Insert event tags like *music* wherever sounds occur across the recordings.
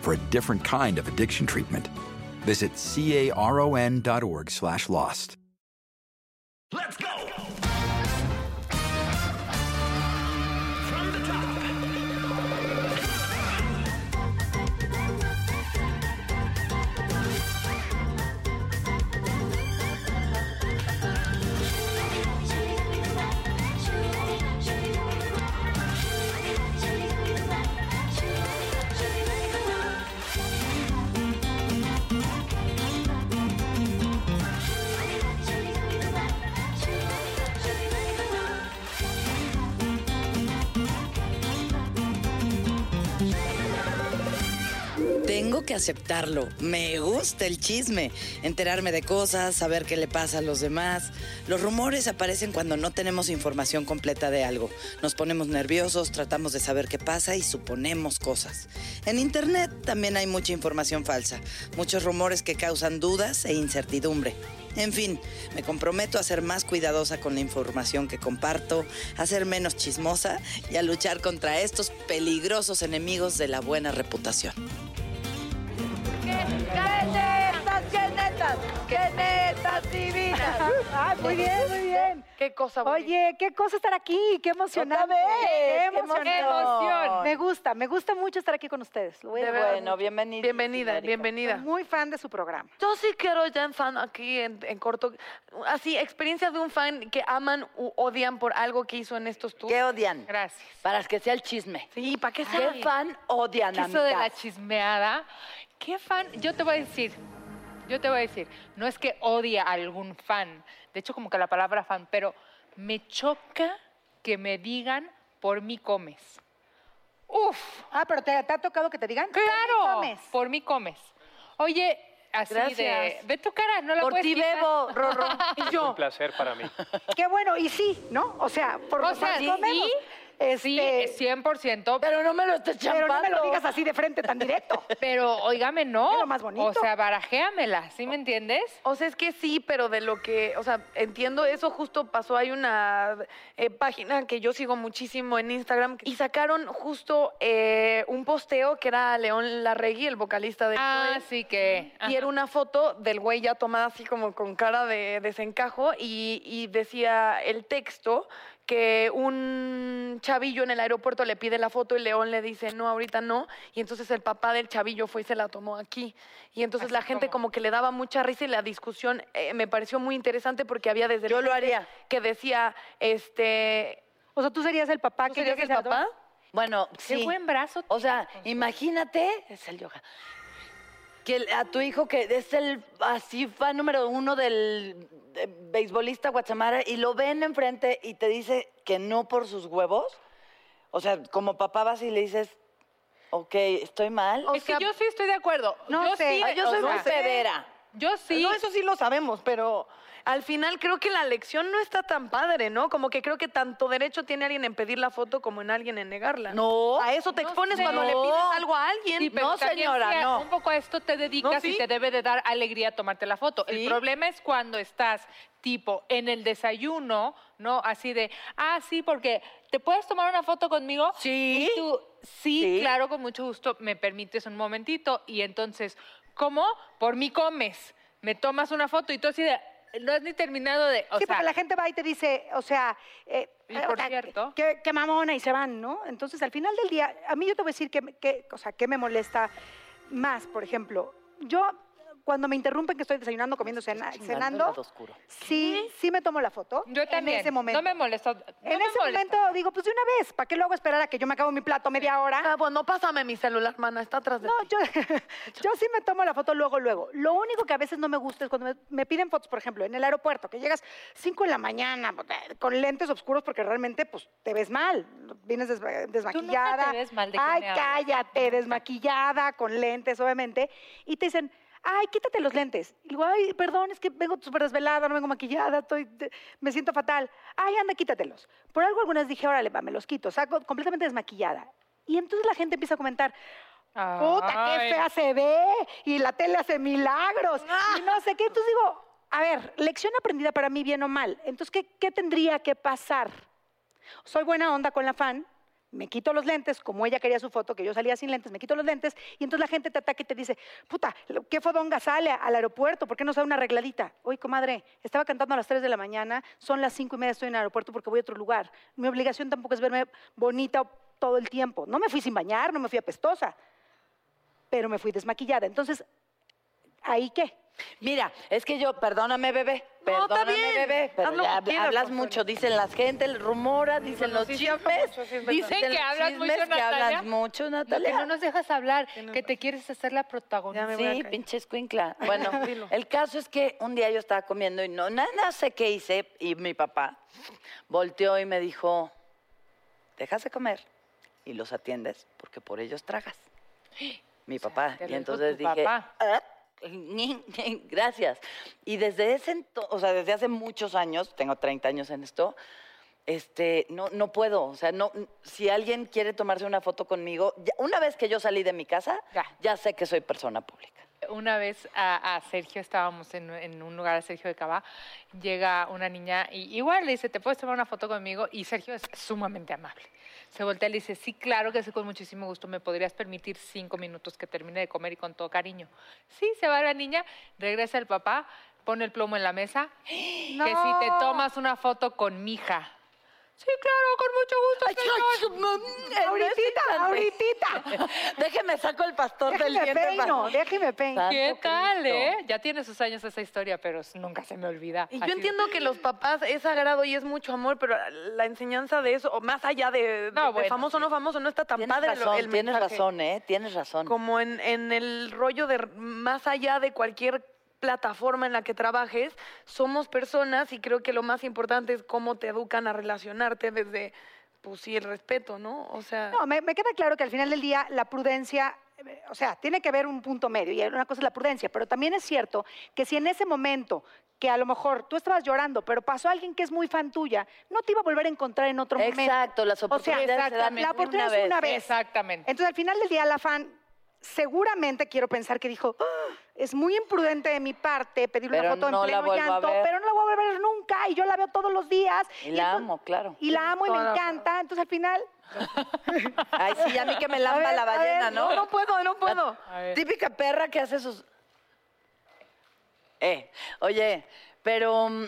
for a different kind of addiction treatment. Visit caron.org slash lost. Let's go! From the top. Tengo que aceptarlo. Me gusta el chisme, enterarme de cosas, saber qué le pasa a los demás. Los rumores aparecen cuando no tenemos información completa de algo. Nos ponemos nerviosos, tratamos de saber qué pasa y suponemos cosas. En Internet también hay mucha información falsa, muchos rumores que causan dudas e incertidumbre. En fin, me comprometo a ser más cuidadosa con la información que comparto, a ser menos chismosa y a luchar contra estos peligrosos enemigos de la buena reputación. ¡Qué netas, qué netas! ¡Qué netas *laughs* divinas! Ay, Ah, muy bien, muy bien. ¡Qué cosa bonita! Oye, qué cosa estar aquí, qué emocionante. Otra vez, qué emocionante. emoción. Me gusta, me gusta mucho estar aquí con ustedes. Lo voy a De decir. verdad. bienvenida. Bienvenida, bienvenida. Muy fan de su programa. Yo sí quiero ya en fan aquí en, en corto, así, experiencias de un fan que aman u odian por algo que hizo en estos tours. ¿Qué odian? Gracias. Para que sea el chisme. Sí, ¿para qué se ¿Qué fan odian, ¿Qué eso de la amigas? chismeada? ¿Qué fan? Yo te voy a decir, yo te voy a decir, no es que odie a algún fan, de hecho como que la palabra fan, pero me choca que me digan por mí comes. Uf, Ah, pero te, te ha tocado que te digan. claro, ¿Qué comes? por mí comes. Oye, así de, Gracias. ve tu cara, no la Por Pues puedes ti quitar. bebo, Rorro. *laughs* Y yo, Un placer para mí. Qué bueno, y sí, ¿no? O sea, por O lo sea, que sí, comemos. sí, Este, 100%, Pero no me lo estés Pero champando. no me lo digas así de frente *laughs* tan directo. pero óigame, Es no. lo más bonito. O sea, barajéamela, ¿sí me entiendes? O sea, es que sí, pero de lo que, o sea, entiendo, eso justo pasó. Hay una eh, página que yo sigo muchísimo en Instagram y sacaron justo eh, un posteo que era León Larregui, el vocalista de... Zoe. Así que... Y era una foto del güey ya tomada así como con cara de desencajo y, y decía el texto que un chavillo en el aeropuerto le pide la foto y León le dice, no, ahorita no. Y entonces el papá del chavillo fue y se la tomó aquí. Y entonces Así la gente como- como... que le daba mucha risa y la discusión eh, me pareció muy interesante porque había desde... Yo la lo gente haría. que decía, este... O sea, tú serías el papá ¿Tú que serías llega y el se adora? papá? Bueno, Qué sí. buen brazo. O sea, imagínate, es el yoga, que el- a tu hijo que es el así fan número uno del de- beisbolista Guatemala y lo ven enfrente y te dice que no por sus huevos. O sea, como papá vas y le dices, ok, estoy mal. es que yo sí estoy de acuerdo. no yo sé. sí, Ay, yo o soy sea, muy severa. Yo sí. No, eso sí lo sabemos, pero al final creo que la lección no está tan padre, ¿no? Como que creo que tanto derecho tiene alguien en pedir la foto como en alguien en negarla. No. A eso te No expones sé. cuando le No. pides algo a alguien. Sí, pero no, también señora, sí a- no. Un poco a esto te dedicas No, sí. y te debe de dar alegría tomarte la foto. Sí. El problema es cuando estás tipo en el desayuno, ¿no? Así de, ah, sí, porque te puedes tomar una foto conmigo. Sí. Y tú, sí, Sí. claro, con mucho gusto, me permites un momentito. Y entonces, ¿cómo? Por mí comes. Me tomas una foto y tú así de, no has ni terminado de, o sí, sea, porque la gente va y te dice, o sea, eh, Y por o sea, cierto- qué, qué mamona y se van, ¿no? Entonces, al final del día, a mí yo te voy a decir que, me- que- o sea, qué me molesta más, por ejemplo. Yo cuando me interrumpen que estoy desayunando, comiendo, cena- cenando, sí, sí me tomo la foto. Yo también. En ese momento. No me molestó. no en me ese molestó. momento digo, pues de una vez, ¿para qué luego esperar a que yo me acabo mi plato media hora? Ah, bueno, pásame mi celular, mana, está atrás de No, ti. yo, *laughs* yo sí me tomo la foto luego, luego. Lo único que a veces no me gusta es cuando me, me piden fotos, por ejemplo, en el aeropuerto, que llegas 5 de la mañana pues, eh, con lentes oscuros porque realmente pues, te ves mal. Vienes desma- desmaquillada. ves mal, ¿de qué Ay, me hablas? cállate, desmaquillada, con lentes, obviamente. Y te dicen, ay, quítate los lentes. Y digo, ay, perdón, es que vengo súper desvelada, no vengo maquillada, estoy, te- me siento fatal. Ay, anda, quítatelos. Por algo algunas dije, órale, va, me los quito, saco completamente desmaquillada. Y entonces la gente empieza a comentar, puta, qué Ay. fea se ve, y la tele hace milagros, y no sé qué. Entonces digo, a ver, lección aprendida para mí, bien o mal. Entonces, ¿qué, qué tendría que pasar? Soy buena onda con la fan, me quito los lentes, como ella quería su foto, que yo salía sin lentes, me quito los lentes, y entonces la gente te ataca y te dice, puta, lo- qué fodonga sale al aeropuerto, ¿por qué no sale una arregladita? Oye, comadre, estaba cantando a las 3 de la mañana, son las 5 y media, estoy en el aeropuerto porque voy a otro lugar. Mi obligación tampoco es verme bonita todo el tiempo. No me fui sin bañar, no me fui apestosa pero me fui desmaquillada. Entonces, ¿ahí qué? Mira, es que yo, perdóname, bebé. No, está Perdóname, bien. bebé. Pero Haz lo ya que quieras, hablas Consuelo. mucho. Dicen la gente, el rumora, dicen bueno, los sí, sí, hablo chismes. mucho, sí, es verdad. Dicen que los hablas mucho, chismes que Natalia. hablas mucho, Lo que Natalia. no nos dejas hablar, Tienes que te quieres hacer la protagonista. Ya me voy a Sí, callar. pinche *laughs* escuincla. Bueno, Dilo. el caso es que un día yo estaba comiendo y no, nada, sé qué hice. Y mi papá volteó y me dijo, dejas de comer y los atiendes porque por ellos *gasps* tragas. Mi sea, papá. te lo y dijo entonces tu dije, papá. "Ah, *laughs* ñin, ñin, gracias. Y desde ese entonces, o sea, desde hace muchos años, tengo 30 años en esto, este, no, no puedo. O sea, no, si alguien quiere tomarse una foto conmigo, ya- una vez que yo salí de mi casa, Ya. ya sé que soy persona pública. Una vez a, a Sergio, estábamos en, en un lugar a Sergio de Cava, llega una niña y igual le dice, ¿te puedes tomar una foto conmigo? Y Sergio es sumamente amable. Se voltea y le dice, sí, claro que sí, con muchísimo gusto, ¿me podrías permitir cinco minutos que termine de comer y con todo cariño? Sí, se va la niña, regresa el papá, pone el plomo en la *gasps* mesa, que si te tomas una foto con mi hija. Sí, claro, con mucho gusto. señor". Ahoritita, ahoritita. Déjeme saco el pastor *laughs* del Déjeme diente. peino, pastor. déjeme peino. Santo ¿Qué tal, Cristo. eh? Ya tiene sus años esa historia, pero nunca se me olvida. Y Así yo de- entiendo que los papás es sagrado y es mucho amor, pero la enseñanza de eso, o más allá de, No, de bueno, famoso o no famoso, no está tan Tienes padre lo- razón, el tienes mensaje. razón, ¿eh? Tienes razón. Como en, en el rollo de r- más allá de cualquier plataforma en la que trabajes, somos personas y creo que lo más importante es cómo te educan a relacionarte desde, pues sí, el respeto, ¿no? O sea, No, me, me queda claro que al final del día la prudencia, eh, o sea, tiene que haber un punto medio y una cosa es la prudencia, pero también es cierto que si en ese momento que a lo mejor tú estabas llorando, pero pasó alguien que es muy fan tuya, no te iba a volver a encontrar en otro momento. Exacto, las O sea, oportunidades se dan exactamente, la una oportunidad es vez. una vez. Exactamente. Entonces, al final del día, la fan seguramente quiero pensar que dijo, "Ah, es muy imprudente de mi parte pedirle Pero una foto no la en pleno vuelvo a llanto, ver". pero no la voy a ver nunca y yo la veo todos los días. Y la entonces- amo, claro. Y la amo y me Toda la- encanta. Entonces, al final, Ay, sí, a mí que me lamba ver, la a ver, ballena, ¿no? no, no puedo, no puedo. La A ver. típica perra que hace sus... Eh, oye, pero... mm,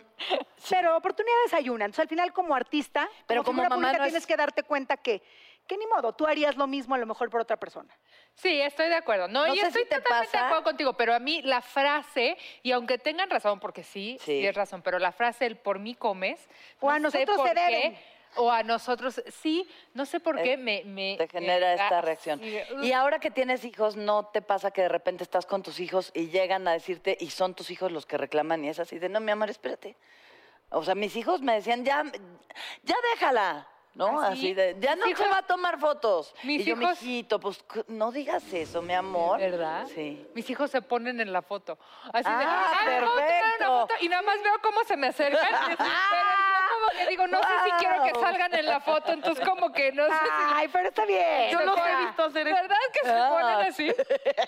pero oportunidades hay una. Entonces, al final, como artista, Pero como figura mamá pública, no es- tienes que darte cuenta que, que ni modo, tú harías lo mismo a lo mejor por otra persona. Sí, estoy de acuerdo. No, No y sé estoy si te totalmente pasa. de acuerdo contigo, pero a mí la frase, y aunque tengan razón, porque sí, sí, Sí. es razón, pero la frase, el por mí comes, O a nosotros se qué, deben. o a nosotros, sí, no sé por Eh, qué me... me te genera me da esta reacción. así de, "Ugh". Y ahora que tienes hijos, ¿no te pasa que de repente estás con tus hijos y llegan a decirte y son tus hijos los que reclaman y es así de, no, mi amor, espérate? O sea, mis hijos me decían, ya, ya déjala. ¿No? Así, Así de, ya mis no se hijos- va a tomar fotos. mis y yo, hijos- mijito, pues cu- no digas eso, mi amor. ¿Verdad? Sí. Mis hijos se ponen en la foto. Así de, Ah, "Ay, me puedo tomar una perfecto. foto", Y nada más veo cómo se me acercan. pero yo como que digo, no sé si quiero que Wow. salgan en la foto, entonces como que no sé si... Ay, pero está bien. Yo los he Ajá. visto hacer esto. ¿Verdad que se Ah. ponen así?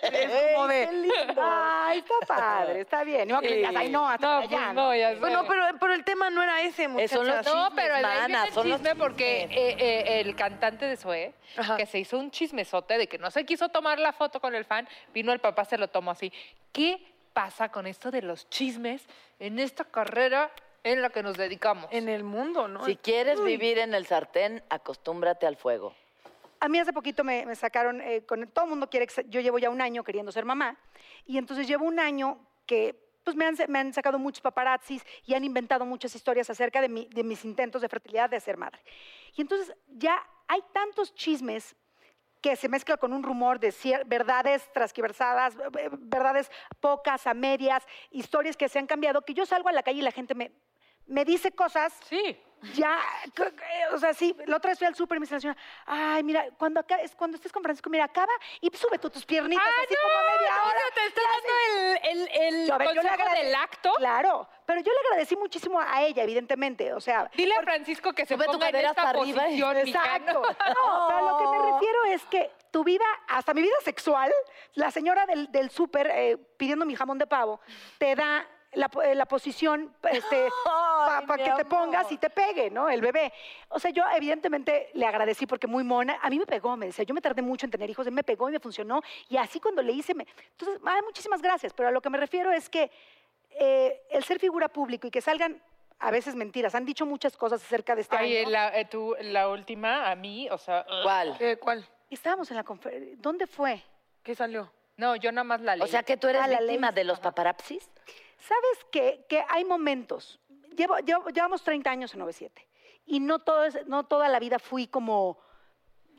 Ey, como de- qué lindo. Ay, está padre, está bien. No, que le digas, ay, no, hasta No, para allá, pues ¿no? no, ya sé. Bueno, pero, pero el tema no era ese, muchachas. Eso no- No, chismes, pero el, ahí viene mana, el son los chisme porque chismes. eh, eh, el cantante de Zoé, Ajá. que se hizo un chismesote de que no se quiso tomar la foto con el fan, vino el papá, se lo tomó así. ¿Qué pasa con esto de los chismes en esta carrera en la que nos dedicamos? En el mundo, ¿no? Si quieres vivir en el sartén, acostúmbrate al fuego. A mí hace poquito me, me sacaron, eh, con todo el mundo quiere, que se- yo llevo ya un año queriendo ser mamá, y entonces llevo un año que pues me han, sa- me han sacado muchos paparazzis y han inventado muchas historias acerca de, mi- de mis intentos de fertilidad de ser madre. Y entonces ya hay tantos chismes que se mezcla con un rumor de cier- verdades transquiversadas, eh, verdades pocas, a medias, historias que se han cambiado, que yo salgo a la calle y la gente me, me dice cosas Sí. ya, c- c- o sea, sí, la otra vez fui al súper y me dice la señora, ay, mira, cuando, acá, es- cuando estés con Francisco, mira, acaba y sube tú tus piernitas Ah, pues, así como a no, media o hora. sea, te está ya dando el, el, el sé. Yo, a ver, yo le consejo agrade- del acto. Claro, pero yo le agradecí muchísimo a ella, evidentemente, o sea... Dile a Francisco que se Sube tu ponga en cadera esta hasta arriba y- posición, mija, ¿no? Exacto. No, pero a lo que me refiero es que tu vida, hasta mi vida sexual, la señora del, del súper eh, pidiendo mi jamón de pavo, te da la, po- eh, la posición para *laughs* Ay, mi que te pongas amor. y te pegue, ¿no? El bebé. O sea, yo evidentemente le agradecí porque muy mona. A mí me pegó, me decía, yo me tardé mucho en tener hijos, a mí me pegó y me funcionó. Y así cuando le hice, me... entonces, ay, muchísimas gracias, pero a lo que me refiero es que eh, el ser figura público y que salgan a veces mentiras, han dicho muchas cosas acerca de este Ay, eh, año. la, eh, tú, la última, a mí, o sea... eh, ugh. ¿Cuál? ¿Qué, ¿Cuál? Estábamos en la conferencia. ¿Dónde fue? ¿Qué salió? No, yo nada más la leí. O sea que tú eres Ah, la víctima leíste, de los paparapsis. ¿Sabes qué? Que hay momentos. Llevo, llevo- llevamos 30 años en 97 y no, todo es- no toda la vida fui como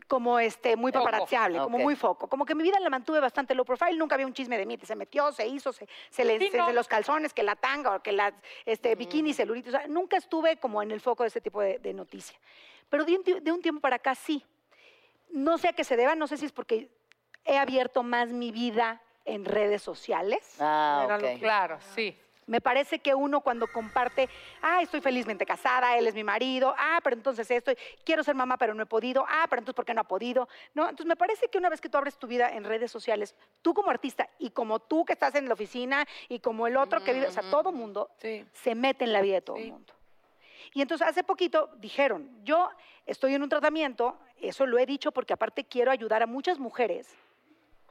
como este muy Foco. paparazziable, como Ok. muy foco. Como que mi vida la mantuve bastante low profile, nunca había un chisme de mí, se metió, se hizo, se, se le Sí, se- no. se los calzones, que la tanga o que la este, bikini, celulitis. o sea, nunca estuve como en el foco de ese tipo de, de noticia. Pero de un, ti- de un tiempo para acá sí. No sé a qué se deba, no sé si es porque he abierto más mi vida en redes sociales. Ah, Era lo ok. Claro, sí. Me parece que uno cuando comparte, ah, estoy felizmente casada, él es mi marido, ah, pero entonces esto, quiero ser mamá, pero no he podido, ah, pero entonces ¿por qué no ha podido? No, entonces me parece que una vez que tú abres tu vida en redes sociales, tú como artista y como tú que estás en la oficina y como el otro que vive, o sea, todo mundo Sí. se mete en la vida de todo el Sí. mundo. Y entonces hace poquito dijeron, yo estoy en un tratamiento, eso lo he dicho porque aparte quiero ayudar a muchas mujeres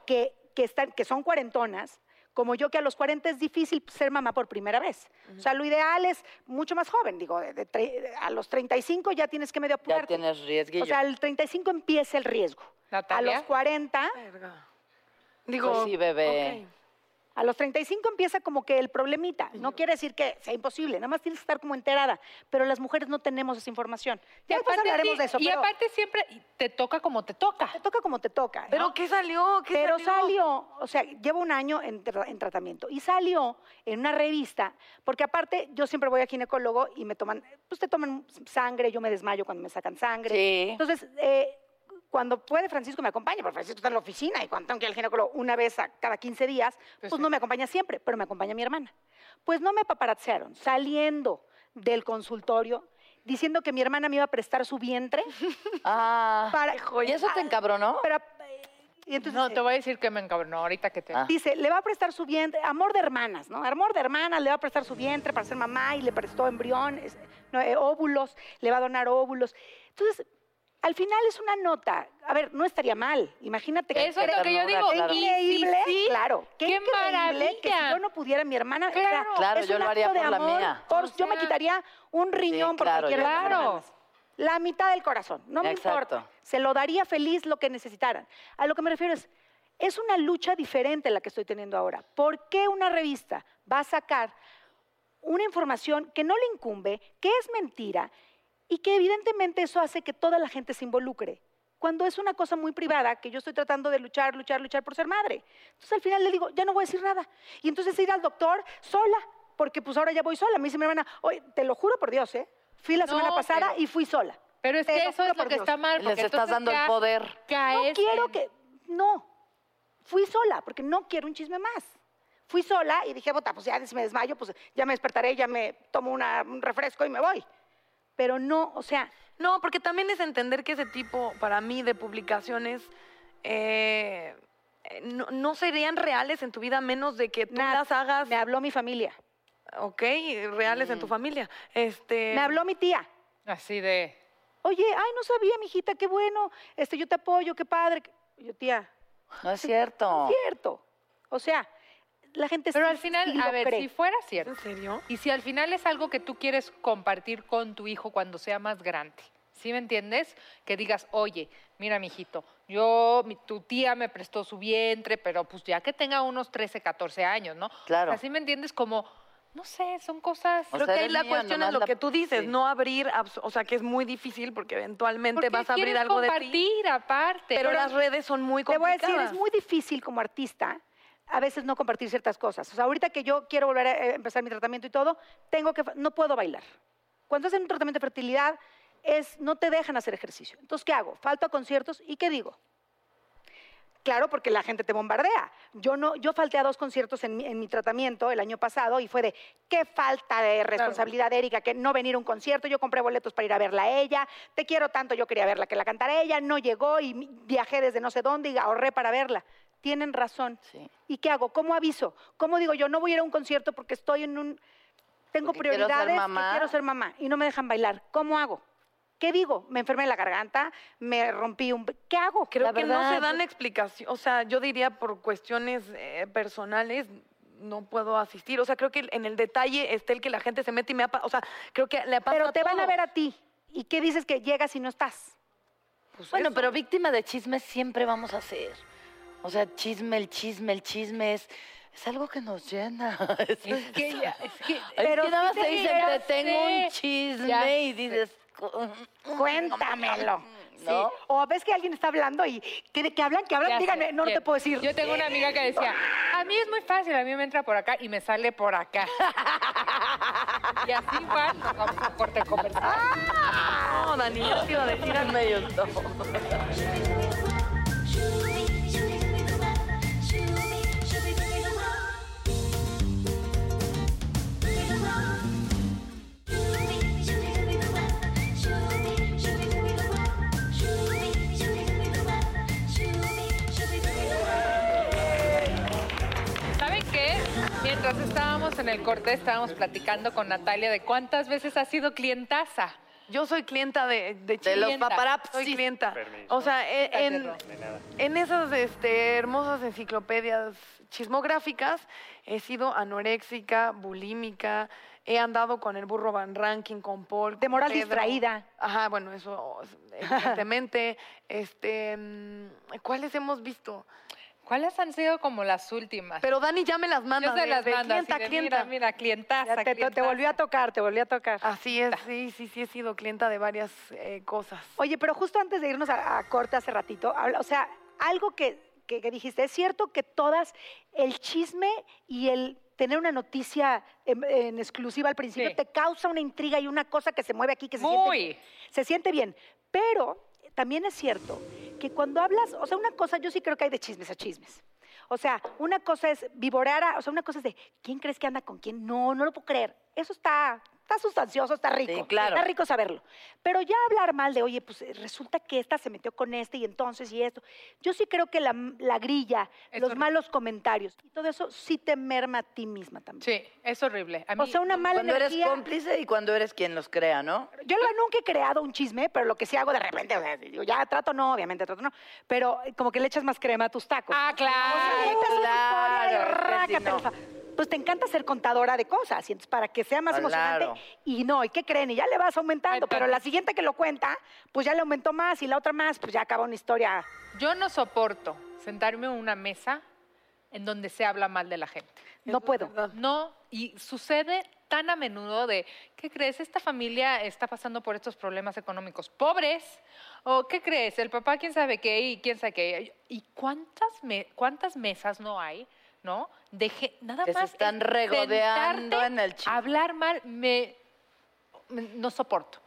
que, que, están, que son cuarentonas, como yo que a los 40 es difícil ser mamá por primera vez. O sea, lo ideal es mucho más joven, digo, de- de tre- a los 35 ya tienes que medio Ya apurarte. tienes riesguillo. o sea, al 35 empieza el riesgo. A ¿Natalia? los 40... Verga. Digo. Pues sí, bebé. ok. A los 35 empieza como que el problemita. No quiere decir que sea imposible, nada más tienes que estar como enterada. Pero las mujeres no tenemos esa información. Ya después aparte hablaremos sí, de eso. Y pero aparte siempre te toca como te toca. te toca como te toca. ¿Pero ¿no? qué salió? ¿Qué Pero salió, o sea, llevo un año en, tra- en tratamiento y salió en una revista, porque aparte yo siempre voy a ginecólogo y me toman, pues te toman sangre, yo me desmayo cuando me sacan sangre. Sí. Entonces, eh, cuando puede Francisco me acompaña, porque Francisco está en la oficina y cuando tengo que ir al ginecólogo una vez a cada 15 días, pues, no me acompaña siempre, pero me acompaña mi hermana. Pues no me paparazziaron saliendo del consultorio diciendo que mi hermana me iba a prestar su vientre *laughs* Ah. para... ¿Y eso te encabronó? Pero, eh, y entonces, No, te voy a decir que me encabronó ahorita que te... Ah. Dice, le va a prestar su vientre, amor de hermanas, ¿no? Amor de hermanas, le va a prestar su vientre para ser mamá y le prestó embriones, no, eh, óvulos, le va a donar óvulos. Entonces, al final es una nota. A ver, no estaría mal. Imagínate Eso es cre- lo que yo ternura, digo. claro. y si increíble, sí, claro. Qué, qué increíble que si maravilla. yo no pudiera, mi hermana. o sea, Claro. Claro, es yo un lo haría acto de por la amor. mía. Por- O yo me sea, quitaría un riñón por claro, cualquiera yo de mis también. hermanas. La mitad del corazón, no me Exacto. importa. Se lo daría feliz lo que necesitaran. A lo que me refiero es, es una lucha diferente la que estoy teniendo ahora. ¿Por qué una revista va a sacar una información que no le incumbe, que es mentira y que evidentemente eso hace que toda la gente se involucre? Cuando es una cosa muy privada, que yo estoy tratando de luchar, luchar, luchar por ser madre. Entonces al final le digo, ya no voy a decir nada. Y entonces ir al doctor sola, porque pues ahora ya voy sola. Me dice mi hermana, oye, te lo juro por Dios, ¿eh? Fui la No, semana pasada pero- y fui sola. Pero es que eso Pero, es pero lo por que Dios, está mal. Les porque estás entonces dando el ya poder. No caes quiero en- que. No. Fui sola, porque no quiero un chisme más. Fui sola y dije, bota, pues ya si me desmayo, pues ya me despertaré, ya me tomo una- un refresco y me voy. Pero no, o sea, No, porque también es entender que ese tipo, para mí, de publicaciones eh, eh, no, no serían reales en tu vida a menos de que tú Nat, las hagas, me habló mi familia, ok, reales en tu familia. Este, me habló mi tía. Así de... Oye, ay, no sabía, mijita, qué bueno, este, yo te apoyo, qué padre. Yo, tía, No es cierto. es cierto. O sea, la gente Pero sí- al final, sí lo a ver, Este cree. si fuera ¿En cierto. serio? Y si al final es algo que tú quieres compartir con tu hijo cuando sea más grande. ¿Sí me entiendes? Que digas, oye, mira, mijito, yo, mi- tu tía me prestó su vientre, pero pues ya que tenga unos 13, 14 años, ¿no? Claro. Así me entiendes como, no sé, son cosas. O Creo sea, que ahí eres la niña, cuestión es nomás lo la- que tú dices, sí. no abrir, abs- o sea, que es muy difícil porque eventualmente porque vas a abrir quieres algo de ti. compartir aparte. Pero, las redes son muy Te voy a complicadas. decir, es muy difícil como artista a veces no compartir ciertas cosas. O sea, ahorita que yo quiero volver a eh, empezar mi tratamiento y todo, tengo que, no puedo bailar. Cuando hacen un tratamiento de fertilidad, es, no te dejan hacer ejercicio. Entonces, ¿qué hago? Falto a conciertos y ¿qué digo? Claro, porque la gente te bombardea. Yo no, yo falté a dos conciertos en mi, en mi tratamiento el año pasado y fue de qué falta de responsabilidad, Erika, que no venir a un concierto. Yo compré boletos para ir a verla a ella. Te quiero tanto, yo quería verla que la cantara ella. No llegó y mi- viajé desde no sé dónde y ahorré para verla. Tienen razón. Sí. ¿Y qué hago? ¿Cómo aviso? ¿Cómo digo yo no voy a ir a un concierto porque estoy en un tengo Porque quiero ser prioridades, que mamá. quiero ser mamá y no me dejan bailar? ¿Cómo hago? ¿Qué digo? Me enfermé la garganta, me rompí un ¿qué hago? Creo que no se verdad, dan eh. explicación, o sea, yo diría por cuestiones eh, personales no puedo asistir, o sea, creo que en el detalle está el que la gente se mete y me ha, pa- o sea, creo que le ha pasado Pero te van a todos. ver a ti. ¿Y qué dices que llegas y no estás? Pues Bueno, eso. pero víctima de chismes siempre vamos a ser. O sea, chisme, el chisme, el chisme es, es algo que nos llena. *laughs* Es, Es que ya- es que- pero pero nada más sí te te- dicen, ya te tengo sé, un chisme ya y sé. dices, Cuéntamelo. ¿No? Sí. O ves que alguien está hablando y que, que hablan, que hablan, Ya díganme, sé, no, no ya- te puedo decir. Yo tengo una amiga que decía, a mí es muy fácil, a mí me entra por acá y me sale por acá. y así van, vamos a corte comercial. No, Dani, yo te iba a decir a Me gustó. ¿Saben qué? Mientras estábamos en el corte, estábamos platicando con Natalia de cuántas veces ha sido clientaza. Yo soy clienta de, de De los clienta, paparazzi. Soy clienta. O sea, eh, en, en esas este, hermosas enciclopedias chismográficas he sido anoréxica, bulímica, he andado con el burro Van Ranking, con Paul. De con moral Pedro. distraída. Ajá, bueno, eso evidentemente. *laughs* este, mm, ¿Cuáles hemos visto? ¿Cuáles han sido como las últimas? Pero Dani ya me las manda. Yo se de- las de mando así clienta, de, clienta. mira, mira, clientaza, Ya te, te- te clientaza". volvió a tocar, te volvió a tocar. Así es, sí, sí, sí, he sido clienta de varias eh, cosas. Oye, pero justo antes de irnos a, a corte hace ratito, habla- o sea, algo que, que- que dijiste, es cierto que todas, el chisme y el tener una noticia en, en exclusiva al principio Sí. te causa una intriga y una cosa que se mueve aquí, que se siente Muy. se siente bien. Pero también es cierto que cuando hablas, o sea, una cosa, yo sí creo que hay de chismes a chismes. O sea, una cosa es vivorear, a- o sea, una cosa es de quién crees que anda con quién. No, no lo puedo creer. Eso está, está sustancioso, está rico. Sí, claro. Está rico saberlo. Pero ya hablar mal de, oye, pues eh, resulta que esta se metió con este y entonces y esto. Yo sí creo que la, la grilla, Es los horrible. malos comentarios y todo eso sí te merma a ti misma también. Sí, es horrible. A O mí- sea, una *laughs* mala Cuando eres energía. cómplice y cuando eres quien los crea, ¿no? Yo la- nunca he creado un chisme, pero lo que sí hago de repente, o sea, digo, ya trato no, obviamente trato no, pero eh, como que le echas más crema a tus tacos. Ah, O sea, claro. cuentas una claro, historia y es que si rácatelas. Pues te encanta ser contadora de cosas, y entonces para que sea más Claro. emocionante. Y no, ¿y qué creen? Y ya le vas aumentando, Ay, pero pero- la siguiente que lo cuenta, pues ya le aumentó más y la otra más, pues ya acaba una historia. Yo no soporto sentarme en una mesa en donde se habla mal de la gente. No puedo. No, y sucede tan a menudo de, ¿qué crees? Esta familia está pasando por estos problemas económicos pobres. ¿O qué crees? El papá quién sabe qué y quién sabe qué. ¿Y cuántas, me- cuántas mesas no hay? ¿No? De ge- nada Que se más. están el regodeando sentarte en el chisme. Hablar mal me, me- no soporto.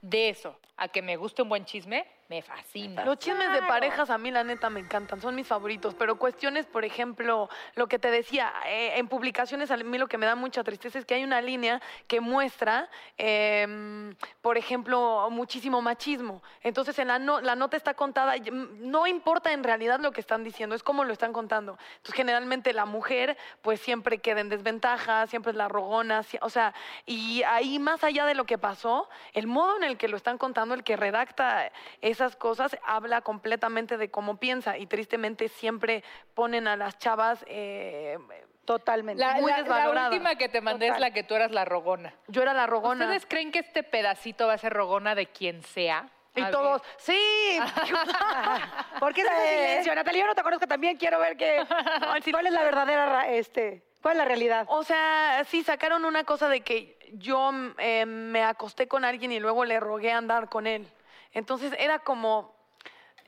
De eso, a que me guste un buen chisme, me fascina. Los chismes de parejas a mí la neta me encantan, son mis favoritos, pero cuestiones, por ejemplo, lo que te decía, eh, en publicaciones a mí lo que me da mucha tristeza es que hay una línea que muestra, em, por ejemplo, muchísimo machismo. Entonces en la, no- la nota está contada, y, mm, no importa en realidad lo que están diciendo, es cómo lo están contando. Entonces generalmente la mujer pues siempre queda en desventaja, siempre es la rogona, si- o sea, y ahí más allá de lo que pasó, el modo en el que lo están contando, el que redacta esas cosas, habla completamente de cómo piensa y tristemente siempre ponen a las chavas, eh, Totalmente. La, muy la- la desvalorada. última que te mandé es Total. la que tú eras la rogona. yo era la rogona. ¿Ustedes creen que este pedacito va a ser rogona de quien sea? Y Ah, todos, sí. *laughs* ¿Por *laughs* qué ese silencio? Natalia, yo no te conozco también, quiero ver que, ah, *laughs* cuál es la verdadera, ra- este, cuál es la realidad. O sea, sí, sacaron una cosa de que yo mm, eh, me acosté con alguien y luego le rogué andar con él. Entonces era como,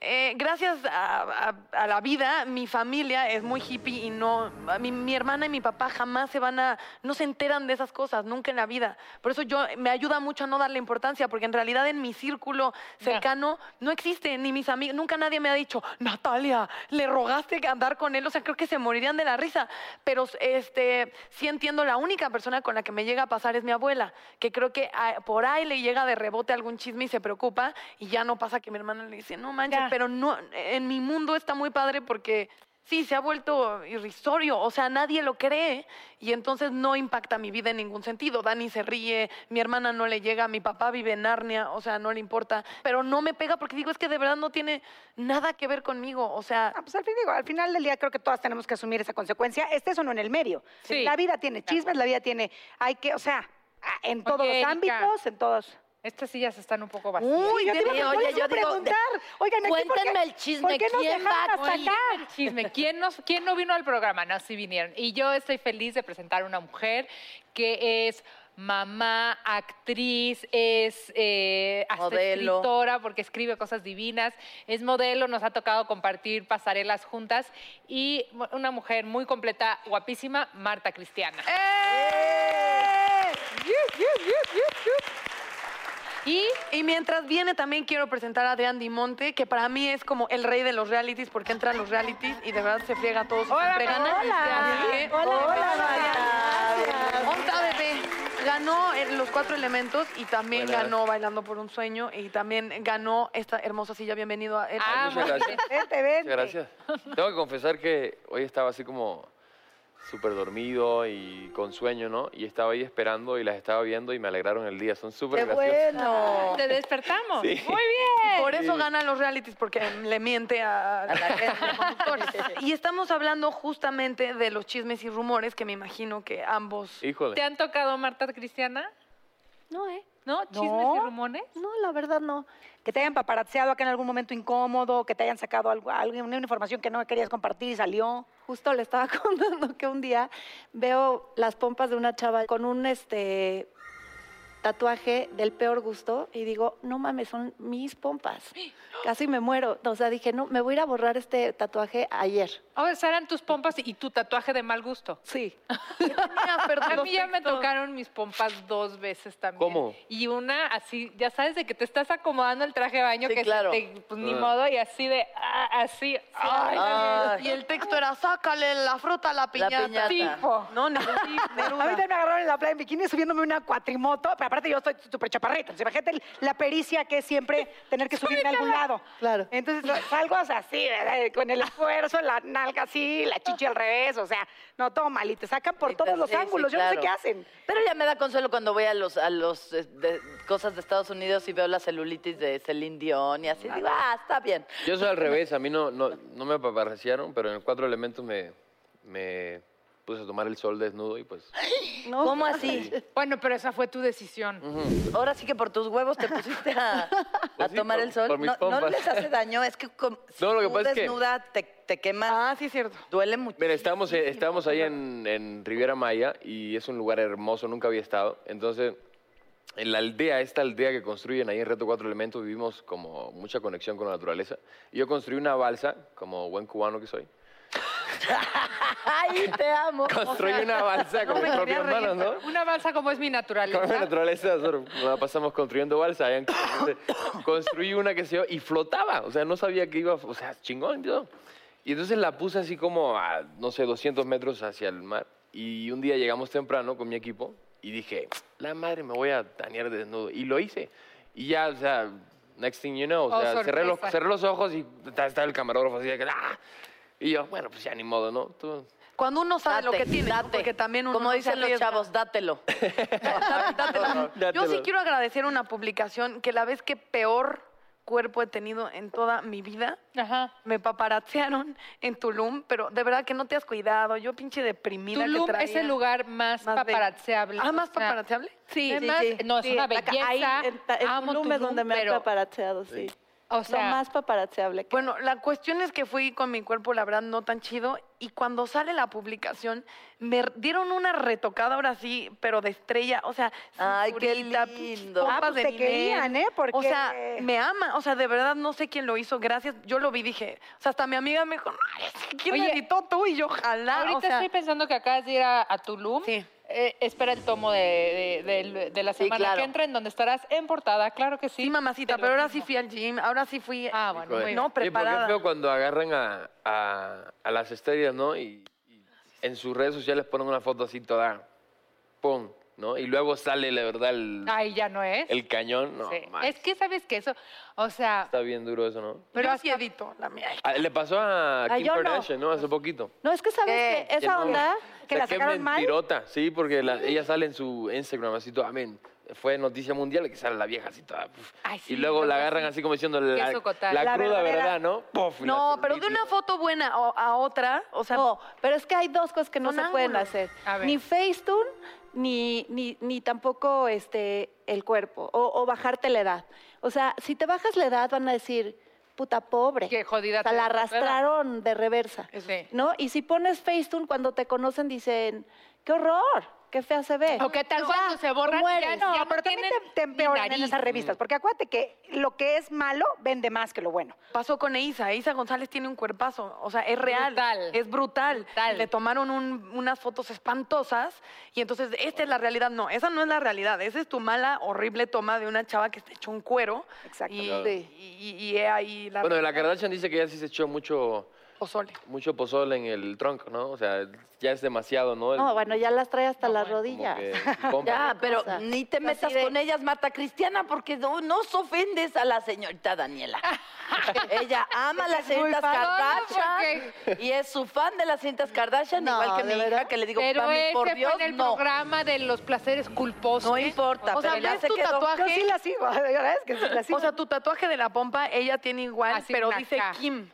eh, gracias a, a- a la vida, mi familia es muy hippie y no, a mí- mi, hermana y mi papá jamás se van a, no se enteran de esas cosas, nunca en la vida. Por eso yo me ayuda mucho a no darle importancia, porque en realidad en mi círculo Ya. cercano no existe, ni mis amigos, nunca nadie me ha dicho, Natalia, le rogaste que andar con él, o sea, creo que se morirían de la risa. Pero este, sí entiendo, la única persona con la que me llega a pasar es mi abuela, que creo que ah, por ahí le llega de rebote algún chisme y se preocupa, y ya no pasa que mi hermana le dice, no manches, Ya. pero no, en mi mundo está muy padre porque sí, se ha vuelto irrisorio, o sea, nadie lo cree y entonces no impacta mi vida en ningún sentido. Dani se ríe, mi hermana no le llega, mi papá vive en Narnia, o sea, no le importa, pero no me pega porque digo, es que de verdad no tiene nada que ver conmigo, o sea, Ah, pues al, fin, digo, al final del día creo que todas tenemos que asumir esa consecuencia, estés o no en el medio. Sí. La vida tiene chismes, la vida tiene, hay que, o sea, ah, en todos Oye, Erika. los ámbitos, en todos. Estas sillas están un poco vacías. Uy, yo te iba de- a, yo oye, les iba yo digo, a de- preguntar, oigan, aquí, ¿por qué- Cuéntenme el chisme. ¿por qué nos ¿Quién dejaron va hasta con- acá? El chisme. ¿Quién, nos, ¿Quién no vino al programa? No, sí vinieron. Y yo estoy feliz de presentar una mujer que es mamá, actriz, es eh, hasta Modelo. escritora porque escribe cosas divinas, es modelo, nos ha tocado compartir pasarelas juntas y mu- una mujer muy completa, guapísima, Marta Cristiana. ¡Eh! Y *laughs* Y mientras viene también quiero presentar a Adrián Dimonte, que para mí es como el rey de los realities, porque entra a los realities y de verdad se friega a todos. y Hola, siempre gana. hola. Este, Así que, Hola, hola, hola, Adrián. Onta, bebé. Ganó eh, los cuatro elementos y también ganó Bailando por un Sueño y también ganó esta hermosa silla. Bienvenido a eh, él. Ah, Muchas *laughs* gracias. *laughs* Vente, vente. Muchas gracias. Tengo que confesar que hoy estaba así como súper dormido y con sueño, ¿no? Y estaba ahí esperando y las estaba viendo y me alegraron el día. Son súper ¡Qué graciosas. bueno! te despertamos. Sí. Muy bien. Oh. Por eso ganan los realities, porque le miente a, a la gente. y estamos hablando justamente de los chismes y rumores que me imagino que ambos... ¿Te Híjole. han tocado, Marta Cristiana? No, ¿eh? ¿No? ¿Chismes y No. rumores? No, la verdad no. Que te hayan paparazziado acá en algún momento incómodo, que te hayan sacado algo, algo- una información que no querías compartir y salió. Justo le estaba *laughs* contando que un día veo las pompas de una chava con un este tatuaje del peor gusto y digo, no mames, son mis *gasps* pompas. Casi me muero. O sea, dije, no, me voy a ir a borrar este tatuaje ayer. Oh, O sea, eran tus pompas y tu tatuaje de mal gusto. *laughs* Sí. A mí ya me tocaron mis pompas dos veces también. ¿Cómo? Y una así, ya sabes, de que te estás acomodando el traje de baño, Sí, que se claro. te- pues, ni Ah. modo, y así de, ah, así, ay, Ay. Y el texto era, sácale la fruta a la piñata. piñata. tipo. No, ni ni- A mí Neruda. también me agarraron en la playa en bikini subiéndome una cuatrimoto, pero aparte yo estoy súper chaparrita. Entonces, imagínate el- la pericia que es siempre tener que subirme a algún lado. Claro. Entonces salgo o sea, así, ¿verdad? con el esfuerzo, la nalga así, la chicha al revés, o sea, no, todo mal. Y te sacan por Y te- todos los sí, sí, ángulos, yo no sé claro. qué hacen. Pero ya me da consuelo cuando voy a los a los eh, de- cosas de Estados Unidos y veo la celulitis de Celine Dion y así digo, ah, está bien. Yo soy al revés. A mí no, no, no me paparraciaron, pero en el Cuatro Elementos me, me puse a tomar el sol desnudo y pues... ¿Cómo así? Bueno, pero esa fue tu decisión. Ahora sí que por tus huevos te pusiste a, a Pues sí, tomar por- el sol. por mis no, no pompas. les hace *laughs* daño, es que *laughs* com- si No, lo que tú pasa es que- desnuda te, te quemas, Ah, sí, es cierto. duele mucho. Mira, estamos, eh, estamos ahí en, en Riviera Maya y es un lugar hermoso, nunca había estado. Entonces, en la aldea, esta aldea que construyen ahí en Reto Cuatro Elementos, vivimos como mucha conexión con la naturaleza. Y yo construí una balsa, como buen cubano que soy. Ay, te amo. Construí una balsa con mis propias manos, ¿no? Una balsa como es mi Con la *laughs* naturaleza. naturaleza, nosotros nos la pasamos construyendo balsa. allá en Cozumel. *coughs* Construí una que se y flotaba. O sea, no sabía que iba, o sea, chingón, tío. Y entonces la puse así como a, no sé, 200 metros hacia el mar. Y un día llegamos temprano con mi equipo y dije, la madre, me voy a tanear desnudo. Y lo hice. Y ya, o sea, next thing you know, o Oh, sea, cerré los, sorpresa. cerré los ojos y ta- estaba el camarógrafo así de que, ¡ah! Y yo, bueno, pues ya ni modo, ¿no? Tú- Cuando uno sabe lo que tiene, ¿no? porque también uno Como no se dicen los arriesga. chavos, *laughs* dátelo. Date- dátela. Yo sí Dátelo. quiero agradecer una publicación que la vez que peor cuerpo he tenido en toda mi vida. Me paparazziaron en Tulum, pero de verdad que no te has cuidado. Yo pinche deprimida Tulum que traía. es el lugar más, Más de- paparazziable. Ah, ¿más O sea, paparazziable? Sí, Sí, además, sí, no, es sí, una acá- belleza. ahí, en ta- en Amo Tulum es Tulum, donde me han pero- paparazziado, sí. O sea- Lo más paparazziable que Bueno, la cuestión es que fui con mi cuerpo, la verdad, no tan chido. Y cuando sale la publicación, me r- dieron una retocada ahora sí, pero de estrella. O sea, Ay, qué cinturita, pinches lindo. pompas Ah, pues de te querían, nivel. ¿eh? Porque- O sea, me ama. O sea, de verdad, no sé quién lo hizo. Gracias. Yo lo vi, dije. O sea, hasta mi amiga me dijo, "Ay, ¿quién Oye, me editó tú? Y yo, ojalá. Ahorita o sea, estoy pensando que acabas de ir a, a Tulum. Eh, espera el tomo de, de- de- de la Sí, semana claro. que entra, en donde estarás en portada, claro que sí. sí, mamacita, pero ahora sí fui al gym, ahora sí fui. Ah, bueno, muy Joder. bien. No, Oye, pero qué preparada. feo cuando agarran a, a- a las estrellas, ¿no? Y, y en sus redes sociales ponen una foto así toda, pum, ¿no? Y luego sale, la verdad, el, Ay, ya no es. el cañón. No, Sí. man, Es que sabes que eso, o sea, está bien duro eso, ¿no? Pero pero así edito la mía. Ah, Le pasó a Ah, Kim yo no. Kardashian, ¿no? Hace poquito. No, es que sabes ¿Qué? que esa no. onda O que sea, la qué sacaron mal. mentirota, sí, porque la- ella sale en su Instagram así toda, amén. Fue noticia mundial que sale la vieja así toda. puf. Ay, sí, y luego la luego agarran sí. así como diciendo la, Queso cotal. la La cruda verdadera. verdad, ¿no? Puf, y la No, pero de sorbí. una foto buena a, a otra, o sea, No, pero es que hay dos cosas que no Son se pueden ángulos. hacer. A ver. Ni Facetune, ni, ni, ni tampoco este, el cuerpo, o, o bajarte la edad. O sea, si te bajas la edad van a decir, puta pobre. Qué jodida O sea, te- la arrastraron de reversa. Eso sí. ¿No? Y si pones Facetune, cuando te conocen dicen, qué horror, qué fea se ve. o qué tal No, cuando se borran mueres. Ah, ya, No, ya no pero tienen también te, te ni empeoran en nariz. esas revistas, porque acuérdate que lo que es malo vende más que lo bueno. pasó con Eiza. Eiza González tiene un cuerpazo, o sea, es real. Brutal. Es brutal. Brutal. Le tomaron un- unas fotos espantosas y entonces, esta es la realidad. No, esa no es la realidad. Esa es tu mala, horrible toma de una chava que está hecho un cuero. Exacto. Y, Claro. y- y- y he ahí la Bueno, la Kardashian dice que ella sí se echó mucho, pozole. mucho pozol en el tronco, ¿no? O sea, ya es demasiado, ¿no? El- No, bueno, ya las trae hasta las como rodillas. que *laughs* pompa. Ya, pero cosa. ni te Así metas de- con ellas, Marta Cristiana, porque no nos ofendes a la señorita Daniela. Ella ama a las es muy cintas fan. Kardashian y es su fan de las cintas Kardashian, No, igual que ¿de mi hija, verdad? que le digo, Pero "Pami, ese por Dios, fue en el no. programa de los placeres culposos. ¿eh? No importa, O sea, pero ya ¿ves se tu quedó. tatuaje? Yo sí la *laughs* sigo, la verdad es que sí la sigo. O sea, tu tatuaje de la pompa, ella tiene igual, Así pero una dice K. Kim.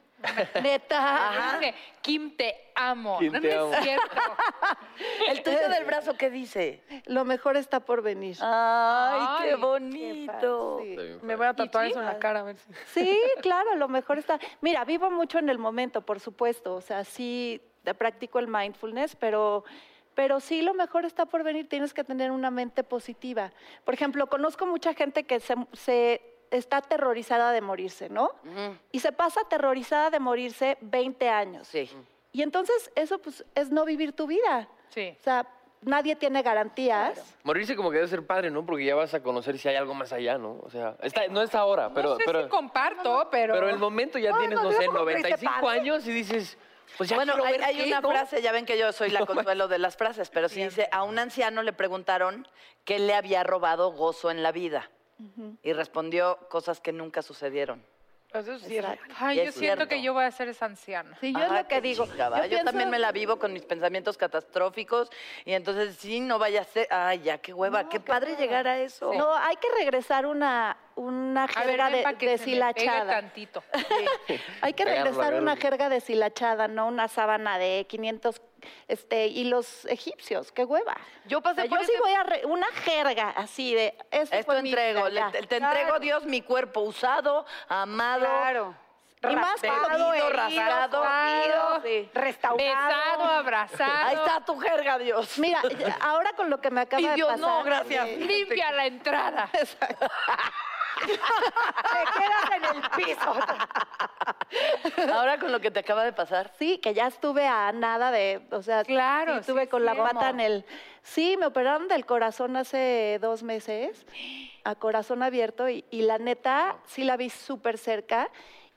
Neta. Dice, Kim, te amo. Kim, no, te no amo. es cierto. El tuyo del brazo, ¿qué dice? lo mejor está por venir. Ay, qué Ay, bonito. Qué Está fácil. bien Me feo. voy a tatuar sí? eso en la cara, a ver si. Sí, claro, lo mejor está. Mira, vivo mucho en el momento, por supuesto. O sea, sí eh, practico el mindfulness, pero, pero sí lo mejor está por venir. Tienes que tener una mente positiva. Por ejemplo, conozco mucha gente que se, se está aterrorizada de morirse, ¿no? Ujú, Y se pasa aterrorizada de morirse 20 años. Sí. Y entonces eso pues es no vivir tu vida. Sí. O sea, nadie tiene garantías. Morirse como que debe ser padre, ¿no? Porque ya vas a conocer si hay algo más allá, ¿no? O sea, está- no es ahora, Ah, pero... no sé pero... si comparto, pero... Pero el momento ya Ay, tienes, no, no yo sé, como que dice 95 padre. años y dices, pues ya bueno, quiero hay, ver hay qué, una ¿no? frase, ya ven que yo soy la consuelo de las frases, pero sí dice, a un anciano le preguntaron qué le había robado gozo en la vida. Y respondió cosas que nunca sucedieron. Eso sí es Exacto. Ay, Y yo es siento que cierto. yo voy a ser esa anciana. Sí, yo Ajá, es lo que qué digo. chinga, va. yo pienso- también me la vivo con mis pensamientos catastróficos y entonces sí, no vaya a ser, ay, ya, qué hueva, No, qué qué padre hueva. llegar a eso. No, hay que regresar una, una A ver, jerga ven pa' de, que se me pegue deshilachada. tantito. Hay que Pegarlo, regresar pegarlo. una jerga deshilachada, no una sábana de 500 este, hilos egipcios. ¡Qué hueva! Yo O sea, pasé por yo sí ese- voy a re- una jerga así de... eh, Esto, Esto pues fue mi entrego, vida, le- ya. te, te entrego, Dios, mi cuerpo usado, amado. Claro. Y más Raspado, cuando- herido, rasgado, rasgado, sí. Besado, restaurado. abrazado. Ahí está tu jerga, Dios. Mira, ahora con lo que me acaba Y de Dios, pasar... eh, no, gracias. eh, Limpia la entrada. Te quedas en el piso. *laughs* Ahora con lo que te acaba de pasar. Sí, que ya estuve a nada de, o sea, Claro, sí, estuve sí, con sí. la ¿Cómo? pata en el. Sí, me operaron del corazón hace dos meses, a corazón abierto y, y la neta sí la vi súper cerca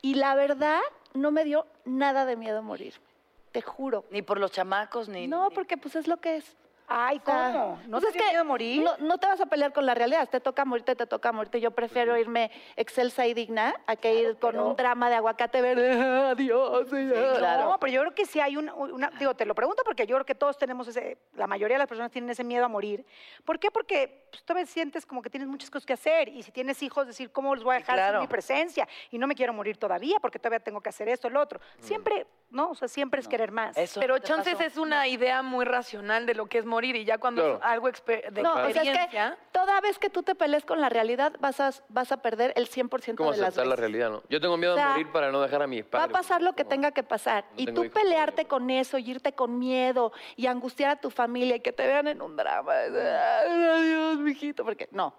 y la verdad no me dio nada de miedo morirme, te juro. Ni por los chamacos, ni. No, ni- porque pues es lo que es. Ay, ¿cómo? ¿No te dio miedo morir? Pues No, no te vas a pelear con la realidad. Te toca morirte, te toca morirte. Yo prefiero irme excelsa y digna a que ir con un drama de aguacate "Ah, verde. Adiós. No, claro. pero yo creo que sí hay un- una, digo, te lo pregunto porque yo creo que todos tenemos ese, la mayoría de las personas tienen ese miedo a morir. ¿Por qué? Porque pues, todavía sientes como que tienes muchas cosas que hacer y si tienes hijos, decir, ¿cómo los voy a dejar claro. sin mi presencia? Y no me quiero morir todavía porque todavía tengo que hacer esto, lo otro. Siempre, no, o sea, siempre es querer más. Eso Pero no te chances pasó. es una idea muy racional de lo que es morir y ya cuando Claro. es algo exper- de No, o sea, es experiencia... que toda vez que tú te pelees con la realidad vas a, vas a perder el 100% ¿Cómo de las aceptar la veces. realidad, no? Yo tengo miedo O sea, a morir para no dejar a mis padres. Va a pasar lo que ¿Cómo? tenga que pasar. No y tengo tú hijos. pelearte con eso y irte con miedo y angustiar a tu familia y que te vean en un drama. Ay, Adiós, mijito, porque no.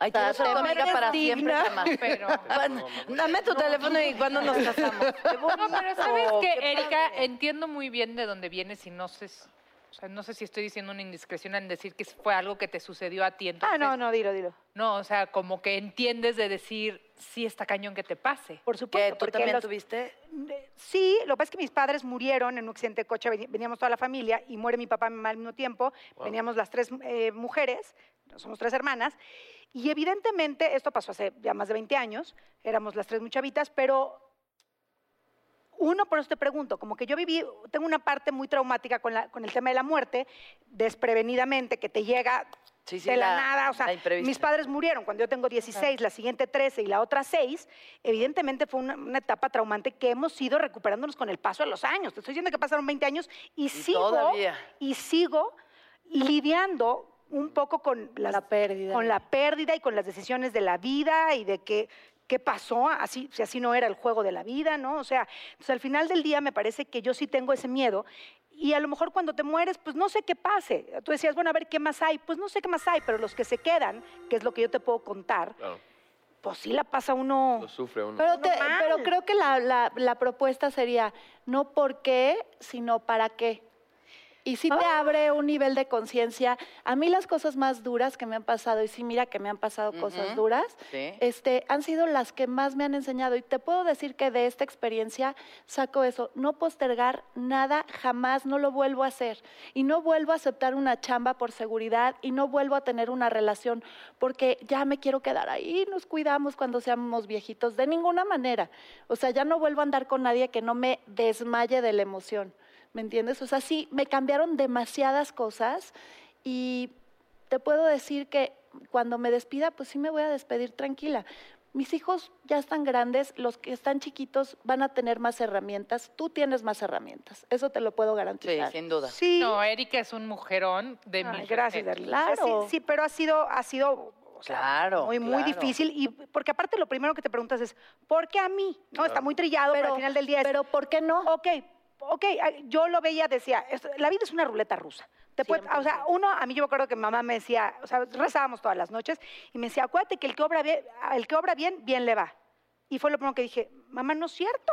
Ay, quiero O sea, ser te tu amiga metes para siempre, digna. jamás. *laughs* Pero- Cuando- dame tu teléfono y cuando nos casamos. Qué No, pero sabes bonito, que, qué Erika, padre. entiendo muy bien de dónde vienes y no sé, s- o sea, no sé si estoy diciendo una indiscreción en decir que fue algo que te sucedió a ti. Ah, entonces- no, no, dilo, dilo. No, o sea, como que entiendes de decir, sí está cañón que te pase. Por ¿Que supuesto. tú porque también los- tuviste? Eh, Sí, lo que pasa es que mis padres murieron en un accidente de coche, veni- veníamos toda la familia y muere mi papá y mi mamá al mismo tiempo, veníamos las tres eh, mujeres, somos tres hermanas, y evidentemente esto pasó hace ya más de 20 años, éramos las tres muy chavitas, pero uno, por eso te pregunto, como que yo viví, tengo una parte muy traumática con, la- con el tema de la muerte, desprevenidamente, que te llega Sí, sí, de la, la- nada, o la sea, imprevista. mis padres murieron cuando yo tengo 16, la siguiente 13 y la otra 6, evidentemente fue una, una etapa traumante que hemos ido recuperándonos con el paso de los años. Te estoy diciendo que pasaron 20 años y, sigo todavía. y sigo lidiando un poco con las- La pérdida. con la pérdida y con las decisiones de la vida y de que qué pasó, así, si así no era el juego de la vida, ¿no? O sea, entonces, al final del día me parece que yo sí tengo ese miedo. Y a lo mejor cuando te mueres, pues no sé qué pase. Tú decías, bueno, a ver qué más hay. Pues no sé qué más hay, pero los que se quedan, que es lo que yo te puedo contar, Claro, pues sí la pasa uno. lo sufre uno. Pero, te- mal. pero creo que la, la- la propuesta sería no por qué, sino para qué. Y sí te abre un nivel de conciencia. A mí las cosas más duras que me han pasado, y sí mira que me han pasado cosas Ujú. duras, Sí. este, han sido las que más me han enseñado. Y te puedo decir que de esta experiencia saco eso, no postergar nada, jamás, no lo vuelvo a hacer. Y no vuelvo a aceptar una chamba por seguridad y no vuelvo a tener una relación porque ya me quiero quedar ahí, nos cuidamos cuando seamos viejitos, de ninguna manera. O sea, ya no vuelvo a andar con nadie que no me desmaye de la emoción. ¿Me entiendes? O sea, sí, me cambiaron demasiadas cosas y te puedo decir que cuando me despida, pues sí me voy a despedir tranquila. Mis hijos ya están grandes, los que están chiquitos van a tener más herramientas, tú tienes más herramientas, eso te lo puedo Sí, garantizar. sin duda. Sí. No, Erika es un mujerón de Ay, mil gracias, respetos. Darlene. O sea, Claro. sí, sí, pero ha sido, ha sido o sea, Claro, muy, muy claro. difícil. Y porque aparte lo primero que te preguntas es, ¿por qué a mí? No, está muy trillado, pero, Pero- al final del día es, Pero ¿por qué no? ok, ok, ah, yo lo veía, decía, esto- la vida es una ruleta rusa. Te puede- o sea, uno, a mí yo me acuerdo que mi mamá me decía, o sea, rezábamos todas las noches y me decía, acuérdate que el que obra bien, el que obra bien, bien le va. Y fue lo primero que dije, mamá, no es cierto.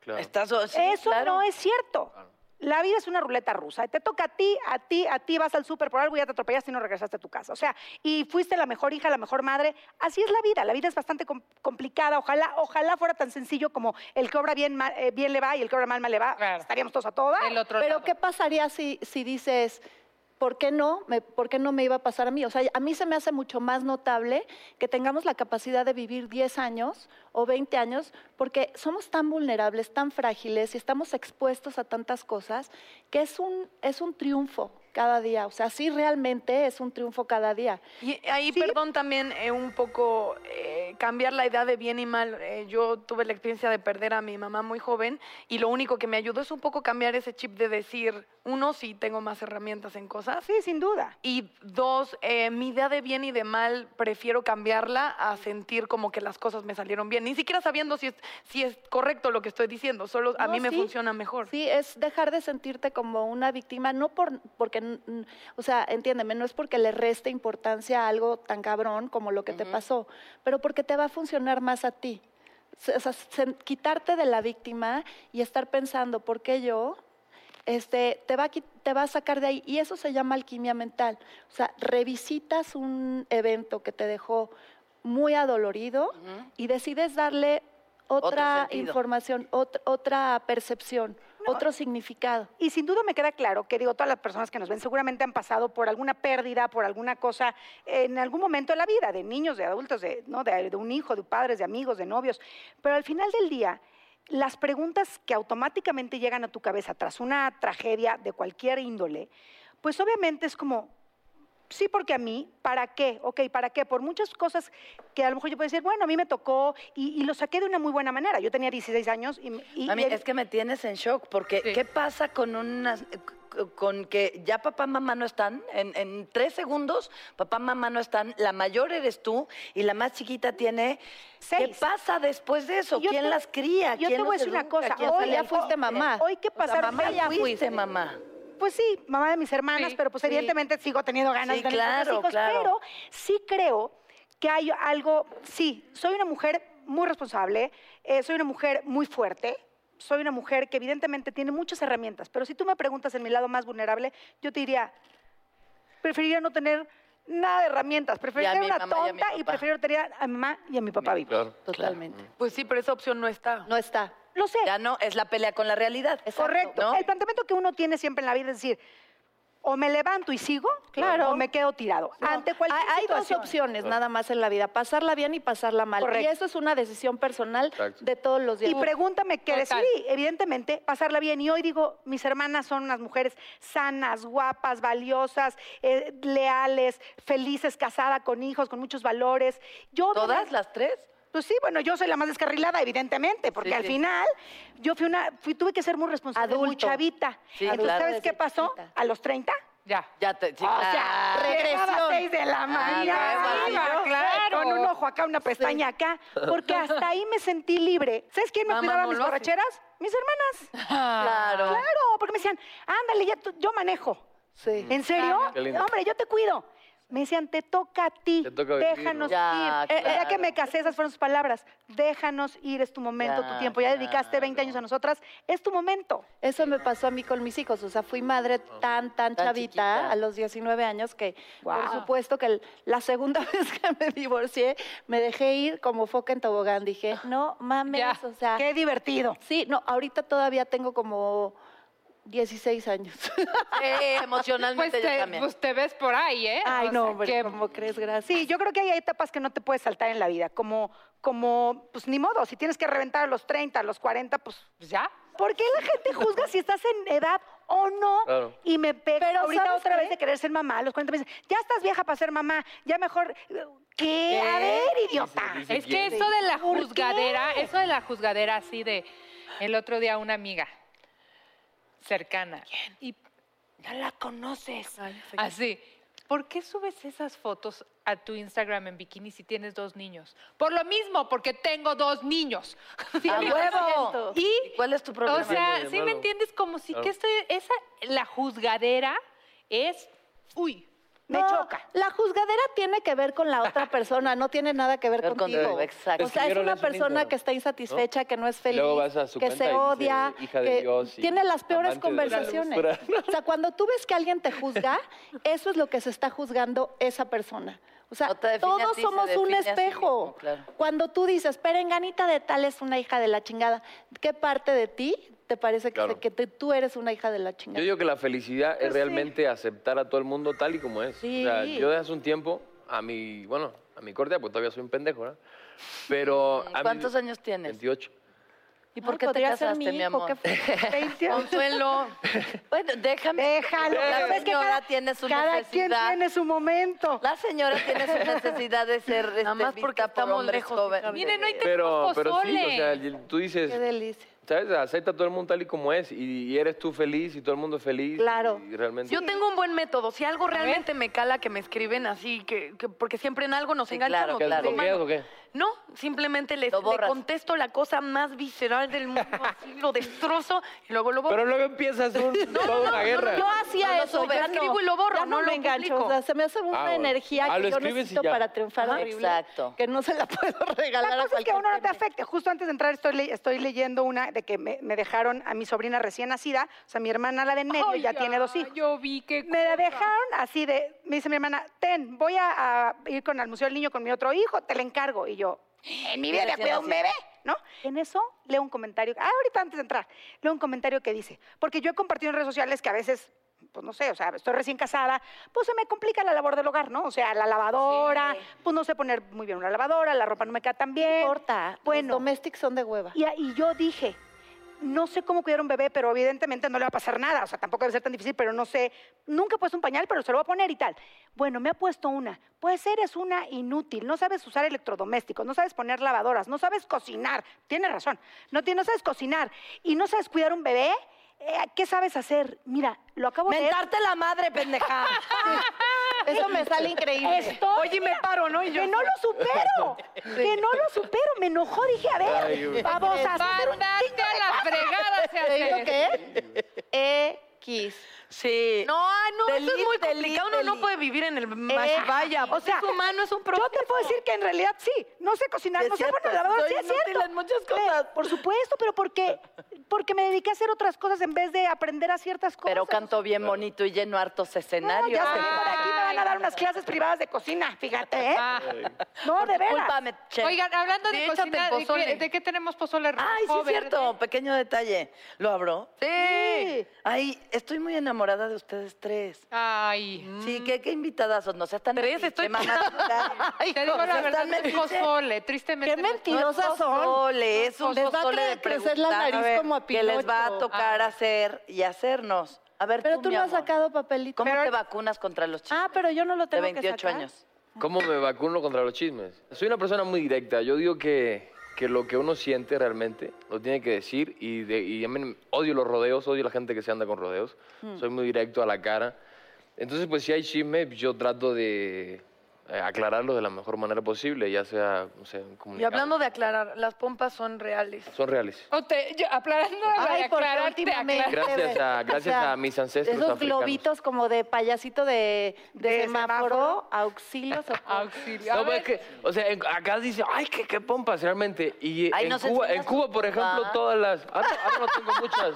Claro. Estás, sí, Eso claro. no es cierto. Claro. La vida es una ruleta rusa. Te toca a ti, a ti, a ti, vas al súper por algo y ya te atropellaste y no regresaste a tu casa. O sea, y fuiste la mejor hija, la mejor madre. Así es la vida. La vida es bastante com- complicada. Ojalá, ojalá fuera tan sencillo como el que obra bien, mal- eh, bien le va y el que obra mal, mal le va. Claro. Estaríamos todos a toda. Del otro Pero lado. ¿qué pasaría si, si dices, ¿por qué no? Me, ¿Por qué no me iba a pasar a mí? O sea, a mí se me hace mucho más notable que tengamos la capacidad de vivir 10 años o 20 años, porque somos tan vulnerables, tan frágiles y estamos expuestos a tantas cosas, que es un, es un triunfo cada día. O sea, sí realmente es un triunfo cada día. Y ahí, perdón, también eh, un poco eh, cambiar la idea de bien y mal. Eh, yo tuve la experiencia de perder a mi mamá muy joven y lo único que me ayudó es un poco cambiar ese chip de decir, uno, sí tengo más herramientas en cosas. Sí, sin duda. Y dos, eh, mi idea de bien y de mal prefiero cambiarla a sentir como que las cosas me salieron bien. Ni siquiera sabiendo si es, si es correcto lo que estoy diciendo, solo a No, mí me sí. funciona mejor. Sí, es dejar de sentirte como una víctima, no por, porque, mm, o sea, entiéndeme, no es porque le reste importancia a algo tan cabrón como lo que te pasó, pero porque te va a funcionar más a ti. Se- O sea, sen- quitarte de la víctima y estar pensando, ¿por qué yo? Este, te, va a, qui- te va a sacar de ahí. Y eso se llama alquimia mental. O sea, revisitas un evento que te dejó muy adolorido y decides darle Otro otra sentido. información, ot- otra percepción. otro significado. Y sin duda me queda claro que digo, todas las personas que nos ven seguramente han pasado por alguna pérdida, por alguna cosa en algún momento de la vida, de niños, de adultos, de, ¿no? de, de un hijo, de padres, de amigos, de novios. Pero al final del día, las preguntas que automáticamente llegan a tu cabeza tras una tragedia de cualquier índole, pues obviamente es como, sí, porque a mí, ¿para qué? Ok, ¿para qué? Por muchas cosas que a lo mejor yo puedo decir, bueno, a mí me tocó y, y lo saqué de una muy buena manera. Yo tenía 16 años y... y- Mami, y- es que me tienes en shock, porque ¿qué pasa con unas con que ya papá, mamá no están? En, en tres segundos, papá, mamá no están, la mayor eres tú y la más chiquita tiene. ¿Qué pasa después de eso? Y yo ¿Quién te- las cría? yo ¿Quién te voy los a decir una educa? cosa, ¿Quién- hoy- O sea, ya fuiste hoy- mamá. hoy que Eh, O sea, pasaron mamá ya seis- fuiste mamá. Pues sí, mamá de mis hermanas, Sí, pero pues sí. evidentemente sigo teniendo ganas Sí, de tener otros claro, hijos, claro. pero sí creo que hay algo, sí, soy una mujer muy responsable, eh, soy una mujer muy fuerte, soy una mujer que evidentemente tiene muchas herramientas, pero si tú me preguntas en mi lado más vulnerable, yo te diría, preferiría no tener nada de herramientas, preferiría mi ser una mamá y a mi tonta y, papá. preferiría tener a mi mamá y a mi papá vivos. Totalmente. Pues sí, pero esa opción no está. No está. Lo sé. Ya no, es la pelea con la realidad. Correcto. ¿no? El planteamiento que uno tiene siempre en la vida es decir, o me levanto y sigo, Claro. o me quedo tirado. Ante cualquier Hay, hay dos situación. Ah. opciones nada más en la vida, pasarla bien y pasarla mal. Correcto. Y eso es una decisión personal Exacto. de todos los días. Y pregúntame qué decidí. Evidentemente, pasarla bien. Y hoy digo, mis hermanas son unas mujeres sanas, guapas, valiosas, eh, leales, felices, casada con hijos, con muchos valores. Yo, ¿Todas las tres? Pues sí, bueno, yo soy la más descarrilada, evidentemente, porque Sí, al sí. final yo fui una, fui, tuve que ser muy responsable, muy Adulto. chavita. Sí, Entonces, claro. ¿sabes qué pasó? A los 30, Ya. Ya te. sí, O claro. sea, llegaba a regresión. seis de Ah, la mañana. huevo, iba, claro. Con un ojo acá, una pestaña acá. Porque hasta ahí me sentí libre. ¿Sabes quién me Mamá cuidaba no mis lo hace. borracheras? Mis hermanas. Ah. Claro. Claro, porque me decían, ándale, ya tú- yo manejo. Sí. ¿En serio? Mm. Qué lindo. Hombre, yo te cuido. Me decían, te toca a ti, Te toca vivirlo. déjanos Ya, ir. Eh, Ya claro. que me casé, esas fueron sus palabras. Déjanos ir, es tu momento, Ya, tu tiempo. Ya dedicaste 20 claro. años a nosotras, es tu momento. Eso me pasó a mí con mis hijos. O sea, fui madre Oh. tan, tan, Tan chavita chiquita. a los 19 años que, por Guau. supuesto, que el- la segunda *laughs* vez que me divorcié, me dejé ir como foca en tobogán. Dije, no mames, Ya. o sea. Qué divertido. Sí, no, ahorita todavía tengo como 16 años. Sí, Pues Eh, emocionalmente yo te, también. pues te ves por ahí, ¿eh? Ay, O no, sea, hombre, que- ¿cómo crees? Gracias. Sí, yo creo que hay etapas que no te puedes saltar en la vida, como, como, pues ni modo, si tienes que reventar a los 30, a los 40, pues... pues ya. ¿Por qué la gente juzga si estás en edad o no? Claro. Y me pega Pero, ahorita ¿sabes otra qué? vez de querer ser mamá, a los 40 me dicen, ya estás vieja para ser mamá, ya mejor... ¿Qué? A ver, idiota. Dice Es que quién. eso de la ¿Por qué? juzgadera, eso de la juzgadera así de el otro día una amiga cercana. Y ya la conoces. así. ¿Por qué subes esas fotos a tu Instagram en bikini si tienes dos niños? Por lo mismo, porque tengo dos niños. *laughs* ¡A huevo! Y, ¿Cuál es tu problema? o sea, de ¿sí me nuevo. entiendes? Como si Claro. que estoy, esa, la juzgadera es, uy, Me No, choca. La juzgadera tiene que ver con *laughs* la otra persona, no tiene nada que ver Ver con tu- contigo. exacto. O sea, es Escribieron una eso en persona Instagram, que está insatisfecha, que no es feliz, Luego vas a su que cuenta y se dice, odia, "Hija de que Dios", y tiene las amante peores de la conversaciones. locura. O sea, cuando tú ves que alguien te juzga, eso es lo que se está juzgando esa persona. O sea, No te define a ti, todos se somos un define a sí espejo. mismo, claro. Cuando tú dices, perenganita de tal es una hija de la chingada, ¿qué parte de ti te parece que, Claro. se- que te- tú eres una hija de la Yo chingada? Pues digo que la felicidad es realmente aceptar a todo el mundo tal y como es. O sea, Sí. yo desde hace un tiempo, a mi, bueno, a mi corte, pues todavía soy un pendejo, ¿no? Pero. a mi- ¿Cuántos años tienes? 28. ¿Y Ay, podría ser mi hijo, qué fuerte. 20 años. Consuelo. bueno, déjame. Déjalo. La ¿sabes qué? señora Cada- tiene su Cada quien necesidad. tiene su momento. La señora tiene su necesidad de ser este, Nada más porque vista por estamos hombres lejos, jóvenes. hija. miren, no hay Pero, pero sí, o pozole. sea, y tú dices, Qué delicia. Pues, ¿sabes? Acepta a todo el mundo tal y como es. Y, y eres tú feliz y todo el mundo es feliz. Claro. Y realmente. Yo tengo un buen método. Si algo realmente me cala que me escriben así, que, que- porque siempre en algo nos Sí, enganchamos. claro, ¿Qué, los claro. bloqueas humanos. o qué? No, simplemente les, Lo le borras. contesto la cosa más visceral del mundo, *laughs* así, lo destrozo y luego lo borro. Pero luego empiezas un, toda una guerra. Yo hacía No lo eso, subes. ya Escribo no, y lo borro, ya no lo me engancho. publico. O sea, se me hace una bueno. energía Ah, que lo yo escribes y necesito ya. para triunfar Ajá, horrible, exacto. que no se la puedo regalar La a cosa es que a cualquier uno no te pendejo. afecte. Justo antes de entrar estoy, le- estoy leyendo una de que me, me dejaron a mi sobrina recién nacida, o sea, mi hermana la de en medio Ay, ya, tiene dos hijos. Yo vi que. Me la dejaron así de, me dice mi hermana, ten, voy a, a ir con al Museo del Niño con mi otro hijo, te la encargo. Y yo, en mi vida Recién cuida un nacido. bebé. ¿no? En eso leo un comentario, ah, ahorita antes de entrar, leo un comentario que dice, porque yo he compartido en redes sociales que a veces, pues no sé, o sea, estoy recién casada, pues se me complica la labor del hogar, ¿no? O sea, la lavadora, pues no sé poner muy bien una lavadora, la ropa no me queda tan No bien. importa, Bueno. los domestics son de hueva. Y, a- y yo dije, no sé cómo cuidar un bebé, pero evidentemente no le va a pasar nada. O sea, tampoco debe ser tan difícil, pero no sé. Nunca he puesto un pañal, pero se lo voy a poner y tal. Bueno, me ha puesto una. Pues eres una inútil. No sabes usar electrodomésticos, no sabes poner lavadoras, no sabes cocinar. Tienes razón. No, tie- no sabes cocinar y no sabes cuidar un bebé. Eh, ¿Qué sabes hacer? Mira, lo acabo de leer. Mentarte la madre, pendeja. Eso me sale increíble. Esto, Oye, me paro, ¿no? que no lo supero. Que no lo supero. Me enojó. Dije, a Ay, güey. ver, vamos a hacer un Mándate chingo a de la fregada, se ¿Te digo hace. qué? X. Sí. No, ay, no, Delete, eso es muy delete, complicado. Uno no delete. puede vivir en el más Eh, vaya. o sea, es humano, es un Yo problema. te puedo decir que en realidad sí, no sé cocinar, Es no sé cierto, poner lavadora, soy sí es inútil cierto. en muchas Pero, cosas. por supuesto, pero porque porque me dediqué a hacer otras cosas en vez de aprender a ciertas cosas. Pero Ah, canto bien bonito y lleno hartos No, ya escenarios. sé, por aquí me van a dar unas clases privadas de cocina, fíjate, ¿eh? Ah. No, de veras. Discúlpame, chef. Oigan, ah, hablando de Sí, échate cocina, el ¿de qué, pozole. de qué tenemos pozole rojo? Ay, sí es verde? cierto. Pequeño detalle. ¿Lo abro? Sí. Ay, estoy muy enamorada de ustedes tres. Ay. Mm. Sí, qué, qué invitadazos. No seas tan Tres, metiche, estoy- mamacita. Te digo no la seas verdad, tan no es metiche. pozole, tristemente. Qué no es mentira. Mentirosas No es son. pozole, es un Les va a pozole de crecer la preguntar, nariz a ver, como a Que les va a Pinocho. tocar hacer y hacernos. A ver, Pero tú, tú mi no has amor, sacado papelito. ¿Cómo Pero- te vacunas contra los chicos Ah, pero yo no lo de tengo que 28 sacar. años? ¿Cómo me vacuno contra los chismes? Soy una persona muy directa. Yo digo que, que lo que uno siente realmente lo tiene que decir y, de- y a mí odio los rodeos, odio la gente que se anda con rodeos. Soy muy directo a la cara. Entonces, pues si hay chisme, yo trato de eh, aclararlo de la mejor manera posible, ya sea, no sé, Y comunicado. hablando de aclarar, las pompas son reales. Son reales. O te, yo, aclarando, Ay, porque aclararte, últimamente. aclarar. Gracias a- o gracias a mis ancestros Esos africanos. globitos como de payasito de, de De semáforo, semáforo. auxilio, socorro. Auxilio. A No, pues, pero ver, es que, o sea, en- acá dice, ay, qué, qué pompas, realmente. Y eh, Ay, en, nos Cuba, en enseñas Cuba, por tu ejemplo, papá. todas las. Ahora, ahora no tengo muchas.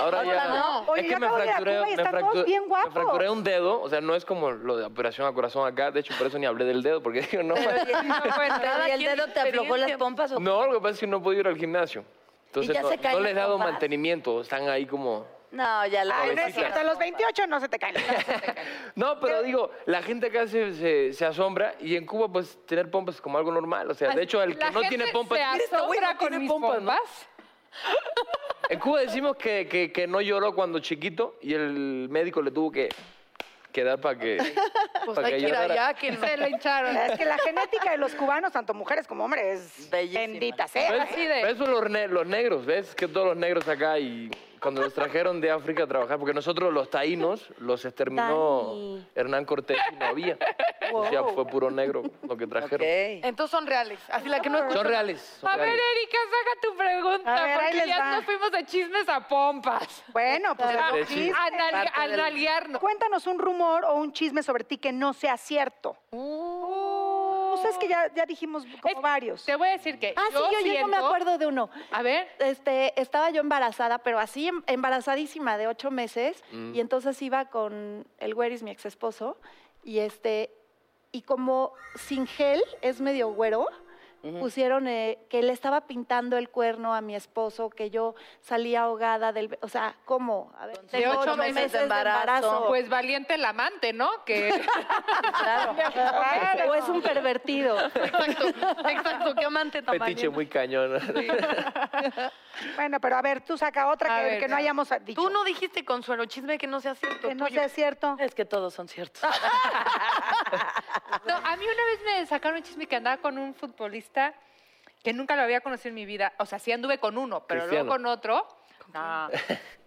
Ahora Ahora ya. no. Oye, yo acabo de ir a Cuba y están todos bien guapos. me fracturé un dedo, o sea, no es como lo de operación a corazón acá. De hecho, por eso ni hablé del dedo, porque digo, no. *laughs* ¿Y el dedo te aflojó las pompas o No, lo que pasa es que no he podido ir al gimnasio. Entonces, ya no, se caen no les he las dado pompas? mantenimiento, están ahí como. No, ya la Ay, no es Pobrecita. cierto, a los 28 no se *laughs* te caen. No, pero digo, la gente acá se, se- se asombra y en Cuba, pues, tener pompas es como algo normal. O sea, de hecho, el la que no gente tiene pompas. se "Mira, esta güey no asombra con tiene mis pompas", ¿no? pompas. En Cuba decimos que, que- que no lloró cuando chiquito y el médico le tuvo que, que dar para que. Pues para hay que ir llorara. allá, que Se le hincharon. Es que la genética de los cubanos, tanto mujeres como hombres, es Bellísima. bendita sea. ¿Ves? Así de- ¿Ves los, ne- los negros? ¿Ves que todos los negros acá y cuando los trajeron de África a trabajar? Porque nosotros los taínos los exterminó Dani. Hernán Cortés y no había. Entonces ya fue puro negro lo que trajeron. Ok. Entonces son reales. Así la que no Son escucha. reales. son A ver, reales. Erika, saca tu pregunta, A ver, ahí porque les ya va. nos fuimos de chismes a pompas. Ah, Bueno, pues A, los sí. chismes. a nalgue- a del- nalguearnos. Cuéntanos un rumor o un chisme sobre ti que no sea cierto. Uh. Pues es que ya, ya dijimos como Es- varios. Te voy a decir que Ah, sí, yo, yo no me siento- acuerdo de uno. A ver. Este, estaba yo embarazada, pero así em- embarazadísima de ocho meses, Mm. y entonces iba con el güeris, mi ex esposo, y este, y como sin gel es medio güero, pusieron eh, que le estaba pintando el cuerno a mi esposo, que yo salía ahogada del, be- o sea, ¿cómo? A ver, De tengo ocho meses de embarazo. Pues valiente el amante, ¿no? Que... *laughs* Claro. Ah, o pues, es un *laughs* pervertido. Exacto, exacto, qué amante tan valiente. Petiche muy cañón. Bueno, pero a ver, tú saca otra A que, ver, que no a- hayamos dicho. Tú no dijiste, Consuelo, chisme que no sea cierto. que no tuyo. sea cierto. Es que todos son ciertos. No, a mí una vez me sacaron un chisme que andaba con un futbolista que nunca lo había conocido en mi vida. O sea, sí anduve con uno, pero Cristiano. luego con otro. No.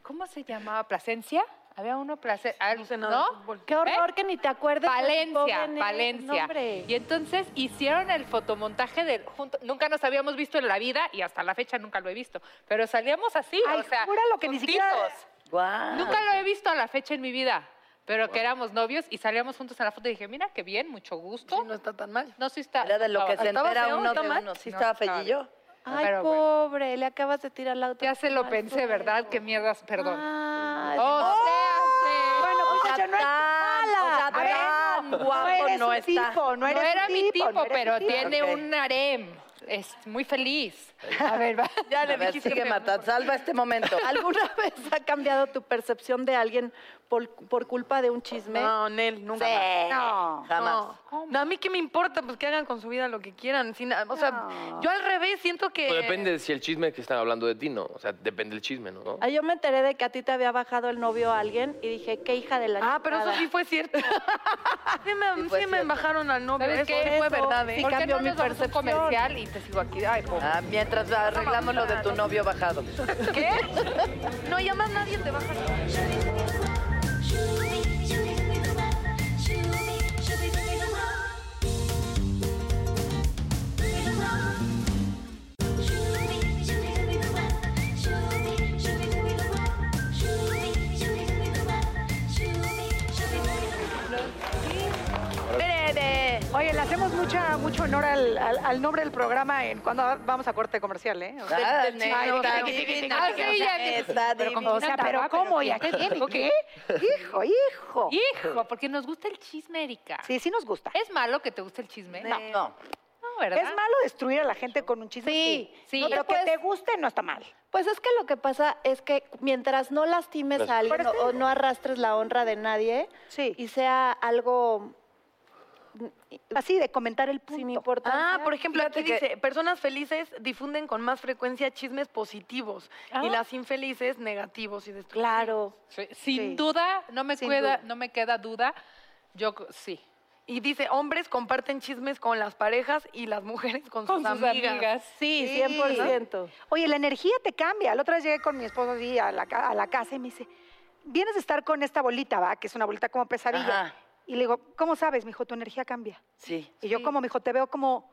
¿Cómo se llamaba? ¿Plasencia? Había uno placencia. No sé nada de ¿No? fútbol. Qué horror que ni te acuerdes. de tu Valencia, pobre ne- Valencia. nombre. ¿Eh? y entonces hicieron el fotomontaje del junto. Nunca nos habíamos visto en la vida y hasta la fecha nunca lo he visto. Pero salíamos así, Ay, o sea, júralo que ni siquiera- juntitos. Guau. Nunca lo he visto a la fecha en mi vida, pero que éramos novios y salíamos juntos en la foto y dije, mira, qué bien, mucho gusto. Sí, no está tan mal. No, sí está. Era de lo que se estaba- entera estaba feo, uno de ¿está mal? uno. Sí No, estaba estaba fellillo. Ay, Pero bueno. pobre, le acabas de tirar la otra. Ya se lo pensé, ¿verdad? Qué mierdas, perdón. Oh, Ah, O sea, Bueno, O sea, muchacha, no es tu tan- o sea, mala. A ver, tan no, guapo no eres no un está. tipo, no no, eres era un mi tipo, tipo, no eres pero un tipo. tiene Ok. un harem. es muy feliz. A ver, va. *laughs* Ya le dijiste que matar. Salva este *laughs* momento. ¿Alguna *laughs* vez ha cambiado tu percepción de alguien por, por culpa de un chisme? No, Nel, nunca. Sí. No, Jamás. no. No, a mí qué me importa, pues que hagan con su vida lo que quieran. sin- o sea, yo al revés siento que. Pero depende de si el chisme es que están hablando de ti, ¿no? O sea, depende del chisme, ¿no? Ah, yo me enteré de que a ti te había bajado el novio a alguien y dije, qué hija de la Ah, pero eso chingada. sí fue *laughs* cierto. sí me, sí fue me cierto. bajaron al novio. ¿Sabes Eso qué? sí fue verdad, ¿eh? Sí, ¿Por qué cambió no mi nos vamos a un percepción. comercial y te sigo aquí? Ay, pobre. Ah, mientras arreglamos lo de tu novio bajado. ¿Qué? No, y además nadie te baja. Oye, le hacemos mucha, mucho honor al, al- al nombre del programa en cuando vamos a corte comercial, ¿eh? O sea, Ah, del chisme. Nel, está Ay, divina. sí, ya dije. Está Pero divina. o sea, Nata, pero va, pero ¿cómo? ¿qué ¿Y a qué tiene? tiene? ¿Qué? Hijo, hijo. Hijo, porque nos gusta el chisme, Erika. Sí, sí nos gusta. ¿Es malo que te guste el chisme? No, no. No, ¿verdad? Es malo destruir a la gente con un chisme. Sí, sí. No, lo Pues- que te guste no está mal. Pues es que lo que pasa es que mientras no lastimes a alguien o, o no arrastres la honra de nadie Sí. y sea algo así, de comentar el punto. sin importancia. Ah, por ejemplo, aquí que- dice, personas felices difunden con más frecuencia chismes positivos Ah. y las infelices negativos y destructivos. Claro. Sí, Sin Sí. duda, no me, Sin queda, duda. no me queda duda. Yo co- sí. Y dice, hombres comparten chismes con las parejas y las mujeres con, *laughs* Con sus amigas. Sí, Sí. 100%. Oye, la energía te cambia. La otra vez llegué con mi esposo así a la, ca- a la casa y me dice, vienes de estar con esta bolita, ¿va? Que es una bolita como pesadilla. Ajá, Y le digo, ¿cómo sabes, mijo? Tu energía cambia. sí. Y yo como, mijo, te veo como,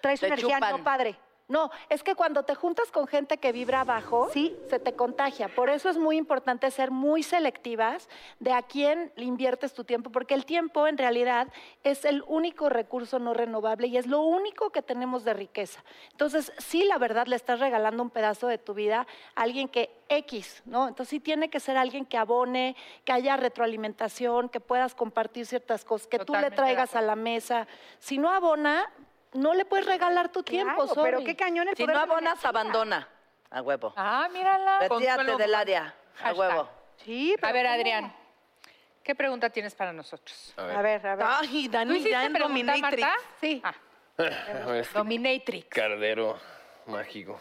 traes Te energía chupan. no padre. No, es que cuando te juntas con gente que vibra abajo, Sí. se te contagia. Por eso es muy importante ser muy selectivas de a quién le inviertes tu tiempo, porque el tiempo en realidad es el único recurso no renovable y es lo único que tenemos de riqueza. Entonces, sí, la verdad, le estás regalando un pedazo de tu vida a alguien que X, ¿no? Entonces, sí tiene que ser alguien que abone, que haya retroalimentación, que puedas compartir ciertas cosas, que tú Totalmente le de traigas a acuerdo. la mesa. Si no abona... No le puedes regalar tu tiempo, Claro, pero sorry. qué cañón el Si poder no de la abonas, energía. abandona. A huevo. Ah, mírala. Retírate Consuelo del área. A Hashtag. huevo. Sí, pero A ver, ¿cómo? Adrián, ¿qué pregunta tienes para nosotros? A A ver, a ver. Ay, ¿Tú Dani, hiciste ya en pregunta, Dominatrix. Marta? Sí. Ah, Este Dominatrix. cardero mágico.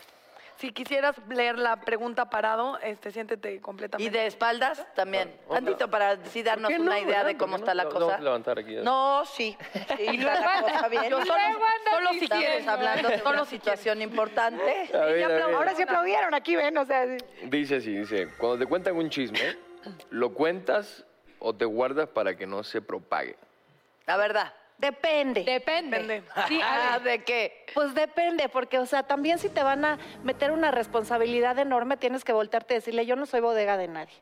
Si quisieras leer la pregunta parado, este, siéntete completamente. Y de espaldas también. Tantito para sí darnos ¿Por qué una no, idea verdad? de cómo ¿Por qué está no? la Lo- lo cosa. vamos a levantar aquí. No, sí. sí, está la cosa bien. Yo Y solo- luego andas solo si Estamos quieres, ¿no? hablando de Solo una si situación importante. A ver, a ver. Ahora sí aplaudieron aquí, ven, o sea, sí. Dice así, dice, cuando te cuentan un chisme, ¿lo cuentas o te guardas para que no se propague? La verdad. Depende. Depende. Sí, a Ah, ver. ¿De qué? pues depende, porque, o sea, también si te van a meter una responsabilidad enorme, tienes que voltearte y decirle, yo no soy bodega de nadie.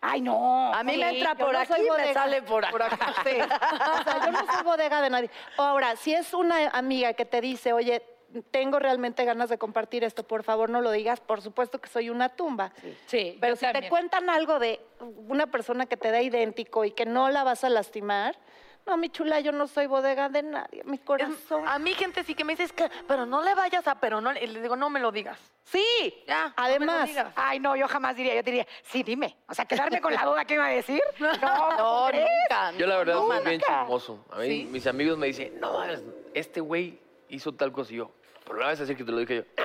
Ay, no. A mí me Sí, entra yo por no aquí soy y me bodega. sale por acá. Sí. O sea, yo no soy bodega de nadie. Ahora, si es una amiga que te dice, oye, tengo realmente ganas de compartir esto, por favor no lo digas, por supuesto que soy una tumba. Sí, Pero yo si te también. cuentan algo de una persona que te da idéntico y que no la vas a lastimar, no, mi chula, yo no soy bodega de nadie, mi Es- corazón. a mí gente sí que me dice, "Es que, pero no le vayas a, pero no, le y le digo, no me lo digas. Sí. Ya, no me lo Además, digas. Ay, no, yo jamás diría, yo diría, sí, dime. O sea, quedarme con la duda que iba a decir. No, ¿cómo No, crees? nunca. Yo la verdad No, soy bien nunca. chismoso. A mí mis amigos me dicen, no, es- este güey hizo tal cosa y yo, por la vez así que te lo dije yo.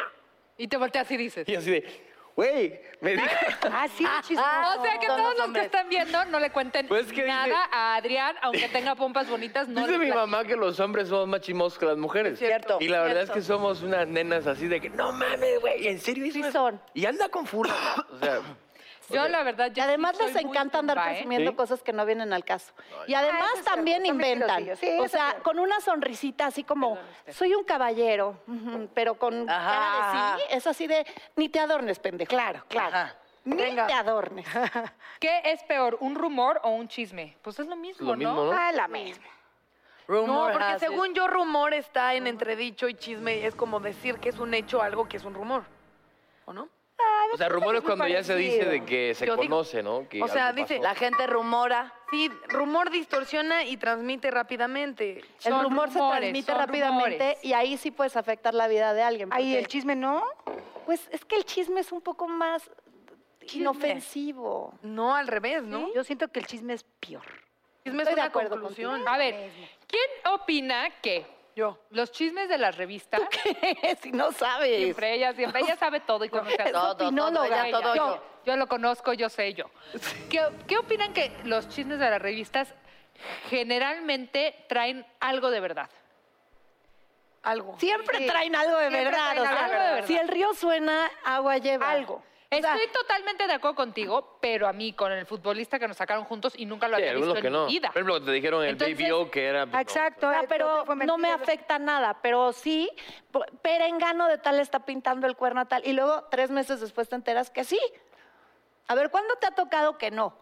Y te volteas y dices. Y así de, güey, me dijo. Ah, sí, chismoso. o sea que son todos los los que hombres. están viendo no le cuenten Pues que nada dice- a Adrián, aunque tenga pompas bonitas, no Dice le mi platiques. mamá que los hombres somos más chismosos que las mujeres. *laughs* cierto, Y la verdad es cierto. que somos unas nenas así de que, no mames, güey, en serio eso Sí es-" son. Y anda con fulano. O sea, Yo, la verdad, yo Y además sí soy les muy encanta andar tumba, ¿eh? presumiendo Sí. cosas que no vienen al caso. Y además eso es cierto, también son inventan. mentirosillos. Sí, eso o es sea, cierto. con una sonrisita así como, soy un caballero, ujú, pero con Ajá, cara de sí, es así de, ni te adornes, pendejo. Claro, claro. Ajá. Ni te adornes. ¿Qué es peor, un rumor o un chisme? Pues es lo mismo, lo mismo, ¿no? Ah, la misma. No, Rumor porque has it. según yo rumor está en entredicho y chisme es como decir que es un hecho algo que es un rumor. ¿O no? nada. O sea, pues, rumor es es muy cuando ya se dice parecido. de que se Yo digo- conoce, ¿no? Que o sea, algo dice, pasó. Ah, La gente rumora. Sí, rumor distorsiona y transmite rápidamente. El Son rumor rumores, se transmite son rápidamente rumores. y ahí sí puedes afectar la vida de alguien. Ahí porque, el chisme no. Pues es que el chisme es un poco más Chisme. inofensivo. No, al revés, ¿no? Yo siento que el chisme es peor. Chisme es Estoy de una acuerdo conclusión. contigo. A ver, ¿quién opina que Yo. los chismes de las revistas? si no sabes. Siempre ella, siempre ella sabe todo y conoce a Es todo. opinóloga. ella, todo yo, yo. yo lo conozco, yo sé yo. ¿Qué, qué opinan que los chismes de las revistas generalmente traen algo de verdad? Algo. Siempre traen algo de Siempre verdad. traen o sea, algo de verdad. Si el río suena, agua lleva. Algo. Estoy totalmente de acuerdo contigo, pero a mí con el futbolista que nos sacaron juntos y nunca lo Sí, había visto algunos en que no. mi vida. Por ejemplo, te dijeron en el Entonces- BBO que era... no. Exacto. Ah, eh, todo pero fue no me mentira. afecta nada, pero sí, po- perengano de tal está pintando el cuerno a tal, y luego tres meses después te enteras que sí. A ver, ¿cuándo te ha tocado que no?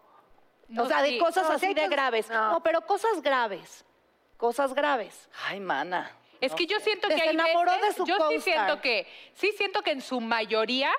No, o sea, de sí. cosas No, sí así hay de cosas- graves. no. No. pero cosas graves. Cosas graves. Ay, mana. Es que yo siento que Se hay enamoró de veces- su yo sí co-star. siento que sí siento que en su mayoría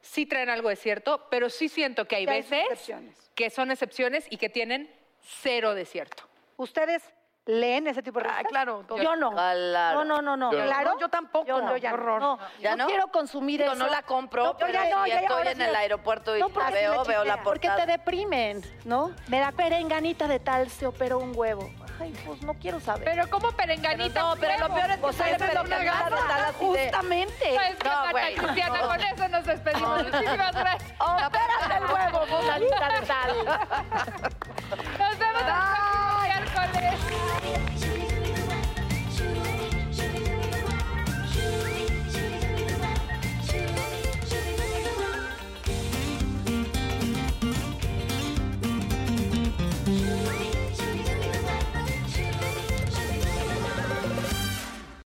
sí traen algo de cierto, pero sí siento que hay Sí hay veces excepciones. que son excepciones y que tienen cero de cierto. ¿Ustedes leen ese tipo de Ah, revistas? claro. todo. Yo no. Claro. No, no, no, no. Yo no. Claro. No, yo tampoco. Yo no, Qué horror. No, ¿Ya no no? quiero consumir Digo, eso. no la compro, No, pero ya no, si ya, ya, estoy ahora en sí el la- aeropuerto y No, porque la es veo, una veo la chismera, Porque portada. te deprimen, ¿no? Me da perenganita de tal, se operó un huevo. Ay, pues no quiero saber. Pero como perenganita. No, pero lo huevo. peor es que O sea, sale esa es perenganita una gata. de tal así de- Justamente. ¿Sabes qué, No, Marta güey, Cristiana? no. Con eso nos despedimos. Muchísimas gracias. Opérate el huevo, fulanita de tal. Nos vemos el próximo miércoles.